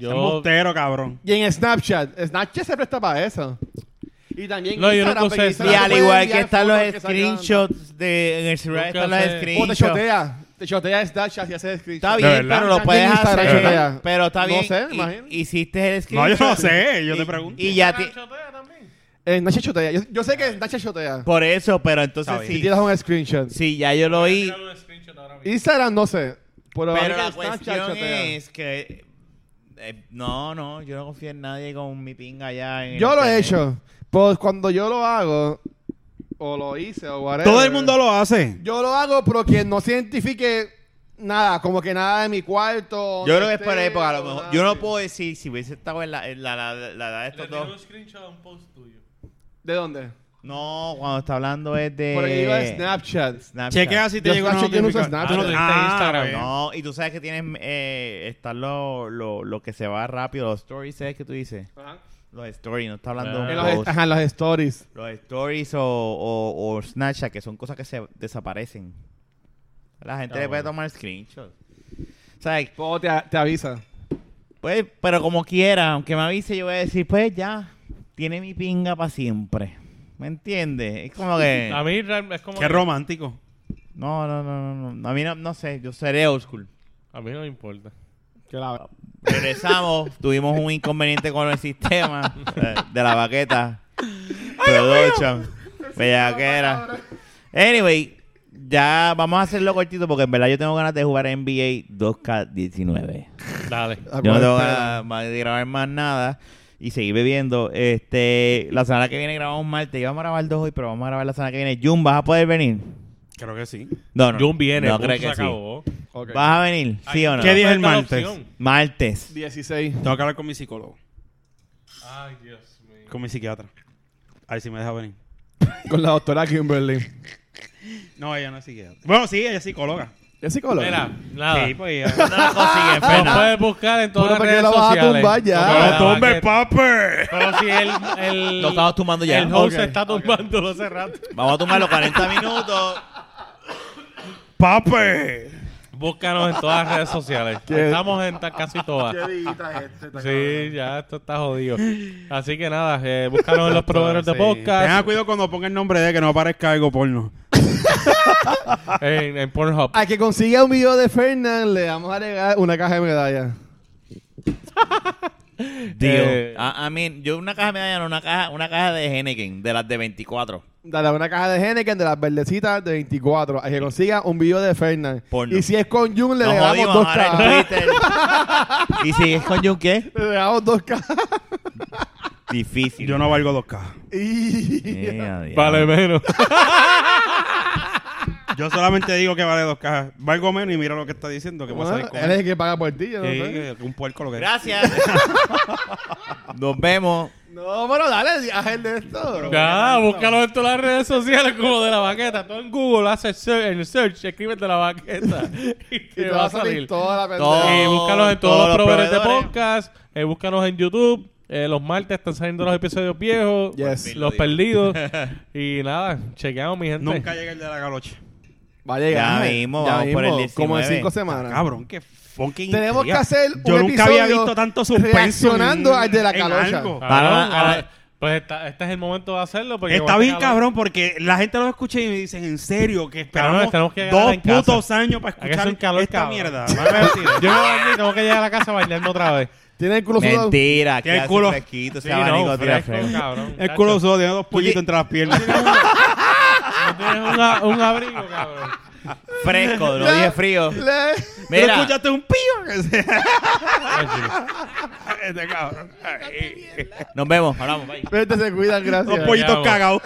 Speaker 2: Yo,
Speaker 3: embustero, cabrón.
Speaker 1: Y en Snapchat. Snapchat se presta para eso. Y también
Speaker 2: No, yo nunca
Speaker 1: Instagram, porque
Speaker 2: usé
Speaker 1: Instagram
Speaker 2: Snapchat.
Speaker 4: Y
Speaker 1: tú
Speaker 4: al
Speaker 1: puedes
Speaker 4: igual
Speaker 1: enviar
Speaker 4: que están los
Speaker 1: fotos que salgan.
Speaker 4: screenshots de, en el celular,
Speaker 2: Nunca
Speaker 4: están los
Speaker 2: sé.
Speaker 1: O te
Speaker 4: screenshots.
Speaker 1: chotea. Te chotea Snapchat y haces screenshot.
Speaker 4: Está bien,
Speaker 3: verdad?
Speaker 4: pero lo
Speaker 1: También
Speaker 4: puedes
Speaker 1: Instagram
Speaker 4: hacer.
Speaker 1: chotea.
Speaker 4: Pero está
Speaker 1: No
Speaker 4: bien.
Speaker 1: sé,
Speaker 4: y-
Speaker 1: imagino.
Speaker 4: Hiciste el
Speaker 3: No, yo
Speaker 4: screenshot.
Speaker 3: no sé. Yo
Speaker 4: Y-
Speaker 3: te pregunto.
Speaker 4: Y ya ti-
Speaker 2: ¿Chotea también?
Speaker 1: Eh, Snapchat chotea. Yo, yo sé que Snapchat chotea.
Speaker 4: Por eso, pero entonces
Speaker 3: Está bien.
Speaker 1: Si
Speaker 4: sí.
Speaker 1: tiras un screenshot.
Speaker 4: Sí, ya yo lo oí.
Speaker 2: Tíralo un screenshot ahora mismo.
Speaker 1: Instagram no sé. Pero,
Speaker 4: Pero la
Speaker 1: Snapchat
Speaker 4: cuestión
Speaker 1: chotea.
Speaker 4: es que... eh, no, no, yo no confío en nadie con mi pinga allá. En el
Speaker 1: Yo lo he
Speaker 4: internet.
Speaker 1: hecho. Pues cuando yo lo hago, o lo hice, o whatever.
Speaker 3: Todo el mundo lo hace.
Speaker 1: Yo lo hago, pero quien no se identifique nada, como que nada de mi cuarto. donde
Speaker 4: Yo creo que es por
Speaker 1: esté,
Speaker 4: época. A
Speaker 1: o
Speaker 4: lo mejor.
Speaker 1: nada
Speaker 4: Yo no
Speaker 1: así.
Speaker 4: puedo decir si hubiese estado en la, en la, la- la- la edad de
Speaker 2: Le
Speaker 4: estos
Speaker 2: tiro un
Speaker 4: dos.
Speaker 2: screenshot a un post tuyo.
Speaker 1: ¿De dónde?
Speaker 4: No, cuando está hablando es de.
Speaker 1: Porque iba a Snapchat.
Speaker 4: Snapchat.
Speaker 3: Chequea si te
Speaker 1: Yo
Speaker 3: llega una
Speaker 1: Snapchat, yo no uso
Speaker 3: notificación.
Speaker 1: Snapchat.
Speaker 2: Ah,
Speaker 1: tú
Speaker 2: no, tú
Speaker 1: dijiste
Speaker 2: Instagram.
Speaker 3: bien.
Speaker 4: No, y tú sabes que tienen. Eh, están lo, lo, lo que se va rápido. Los stories, ¿sabes qué tú dices? Los stories, no está hablando.
Speaker 2: Ah.
Speaker 4: de
Speaker 1: En
Speaker 4: un
Speaker 1: los,
Speaker 4: post.
Speaker 1: ajá, en los stories.
Speaker 4: Los stories o, o, o Snapchat, que son cosas que se desaparecen. La gente
Speaker 2: Ah,
Speaker 4: le puede
Speaker 2: bueno.
Speaker 4: tomar screenshots. O sea,
Speaker 1: Luego te, te avisa.
Speaker 4: pues, pero como quiera, aunque me avise, yo voy a decir, pues ya, tiene mi pinga para siempre. ¿Me entiendes? Es como que...
Speaker 2: A mí real- es como.
Speaker 3: Qué
Speaker 2: que-
Speaker 3: romántico.
Speaker 4: No, no, no, no, no. A mí no, no sé, yo seré old school.
Speaker 2: A mí no me importa.
Speaker 1: Que la-
Speaker 4: Regresamos, tuvimos un inconveniente con el sistema eh, de la baqueta. Production. Bellaquera. Anyway, ya vamos a hacerlo cortito porque en verdad yo tengo ganas de jugar NBA 2K19.
Speaker 2: Dale.
Speaker 4: Yo no tengo
Speaker 1: Acuérdate.
Speaker 4: ganas más de grabar más nada y seguir bebiendo. Este, la semana que viene grabamos martes. Íbamos a grabar dos hoy, pero vamos a grabar la semana que viene. Jun, ¿vas a poder venir?
Speaker 3: Creo que sí.
Speaker 4: No, no.
Speaker 2: Jun viene,
Speaker 4: No
Speaker 2: Jun
Speaker 4: creo
Speaker 2: se
Speaker 4: que sí.
Speaker 2: acabó.
Speaker 1: Ok.
Speaker 4: ¿Vas a venir? ¿Sí o no?
Speaker 3: ¿Qué día es el
Speaker 2: Falta la
Speaker 3: martes?
Speaker 2: opción.
Speaker 4: Martes.
Speaker 1: 16.
Speaker 3: Tengo que hablar con mi psicólogo.
Speaker 2: Ay, Dios mío.
Speaker 3: Con mi psiquiatra. A ver si me deja venir.
Speaker 1: Con la doctora Kimberly.
Speaker 3: No, ella no es psiquiatra. Bueno, sí, ella es psicóloga.
Speaker 1: ¿Es psicólogo?
Speaker 2: Mira, nada.
Speaker 3: Sí, pues ella.
Speaker 4: No lo consiguen,
Speaker 2: Nos
Speaker 4: Fernan.
Speaker 2: puedes buscar en todas
Speaker 1: Pero
Speaker 2: las
Speaker 1: ¿para qué
Speaker 2: redes
Speaker 1: la vas a
Speaker 2: sociales.
Speaker 1: tumbar ya?
Speaker 2: Como la
Speaker 1: No,
Speaker 2: vaqueta.
Speaker 3: papi!
Speaker 2: Pero si el, el,
Speaker 4: Lo estamos tumbando ya.
Speaker 2: el host
Speaker 1: Ok,
Speaker 2: se está tumbando lo hace rato.
Speaker 4: Vamos a tomar los 40 minutos.
Speaker 3: ¡Papi!
Speaker 2: Búscanos en todas las redes sociales.
Speaker 1: ¿Qué?
Speaker 2: Estamos en ta- casi todas. Sí, ya esto está jodido. Así que nada, eh, búscanos en los proveedores de
Speaker 3: Sí. Tengan
Speaker 2: podcast,
Speaker 3: cuidado cuando ponga el nombre de que no aparezca algo porno.
Speaker 2: en, en Pornhub.
Speaker 1: Al que consiga un video de Fernan, le vamos a regalar una caja de medallas.
Speaker 2: Eh,
Speaker 4: A mí, Ah, yo una caja de medalla, no, una caja, una caja de Henneken, de las de 24.
Speaker 1: Dale una caja de Henneken de las verdecitas de 24. Al que consiga un video de Fernan.
Speaker 4: Porno.
Speaker 1: Y si es con Jun, le
Speaker 4: Nos
Speaker 1: regalamos
Speaker 4: jodimos
Speaker 1: dos
Speaker 4: ahora en
Speaker 1: cajas.
Speaker 4: Twitter. ¿Y si es con Jun qué?
Speaker 1: Le regalamos dos cajas.
Speaker 4: Difícil.
Speaker 3: Yo no valgo 2K.
Speaker 1: Y...
Speaker 4: Eh, adiós.
Speaker 2: Vale menos.
Speaker 3: Yo solamente digo que vale 2K. Valgo menos y mira lo que está diciendo. Que va a
Speaker 1: Bueno,
Speaker 3: salir con
Speaker 1: él es ¿eh? el que paga por ti, yo no
Speaker 3: Sí,
Speaker 1: sé.
Speaker 3: que- que un puerco lo que
Speaker 4: Gracias. Nos vemos.
Speaker 1: No, pero dale, haz el de esto.
Speaker 2: Nada, búscanos en todas las redes sociales como de la vaqueta. Tú en Google haces search, en search, escribes de la vaqueta y
Speaker 1: Y
Speaker 2: te
Speaker 1: te
Speaker 2: va a
Speaker 1: vas a salir
Speaker 2: salir.
Speaker 1: toda la
Speaker 4: Todo.
Speaker 1: pendeja.
Speaker 2: Eh, búscanos en todos, los
Speaker 4: Todos los
Speaker 2: proveedores de
Speaker 4: proveedores.
Speaker 2: podcast. eh, búscanos en YouTube. eh, los martes están saliendo los episodios viejos.
Speaker 1: Yes.
Speaker 2: Los perdidos. y nada, chequeamos, mi gente.
Speaker 3: Nunca llega el de la galocha.
Speaker 1: Va a llegar.
Speaker 4: Ya
Speaker 1: eh.
Speaker 4: mismo, vamos por el
Speaker 1: Como en
Speaker 4: 19.
Speaker 1: cinco semanas.
Speaker 3: Cabrón, qué fucking
Speaker 1: Tenemos
Speaker 3: intriga.
Speaker 1: que hacer
Speaker 3: Yo
Speaker 1: un
Speaker 3: nunca había
Speaker 1: episodio
Speaker 3: visto tanto suspenso.
Speaker 1: reaccionando
Speaker 3: en-
Speaker 1: al de la
Speaker 3: en
Speaker 1: calocha.
Speaker 3: algo.
Speaker 2: Cabrón,
Speaker 4: Ahora- ahora-
Speaker 2: ahora- pues está- este es el momento de hacerlo. Ah, Porque
Speaker 3: Está
Speaker 2: voy a
Speaker 3: bien
Speaker 2: cagar-
Speaker 3: cabrón porque la gente lo escucha y me dicen, en serio, que
Speaker 2: Cabrón, tenemos
Speaker 3: esperamos
Speaker 2: que ganar
Speaker 3: dos
Speaker 2: en casa.
Speaker 3: putos años
Speaker 2: Hay
Speaker 3: para
Speaker 2: que hacer
Speaker 3: escuchar
Speaker 2: un calor,
Speaker 3: esta
Speaker 2: cabrón.
Speaker 3: mierda.
Speaker 2: Yo me voy a ir, tengo que llegar a la casa a bañarme otra vez.
Speaker 1: Tiene el culo sudado.
Speaker 4: Mentira. Que
Speaker 3: Tiene el
Speaker 4: hace
Speaker 3: culo-
Speaker 4: fresquito, ese
Speaker 2: Sí, no,
Speaker 4: abanico tira
Speaker 2: fresco,
Speaker 4: fresco.
Speaker 2: cabrón.
Speaker 3: El
Speaker 2: Chacho,
Speaker 3: culo solo tiene dos
Speaker 4: ti-
Speaker 3: pollitos entre las piernas.
Speaker 2: no tienes una- un abrigo, cabrón.
Speaker 4: Fresco, no
Speaker 1: Le-
Speaker 4: dije frío.
Speaker 1: Le-
Speaker 3: Mira.
Speaker 4: Mira.
Speaker 3: escuchaste un pío?
Speaker 2: Ay,
Speaker 3: este cabrón. Ay.
Speaker 4: Nos vemos. Hablamos. Bye.
Speaker 1: Vete, se cuidan,
Speaker 3: Dos
Speaker 1: gracias.
Speaker 2: pollitos
Speaker 3: pollitos cagados.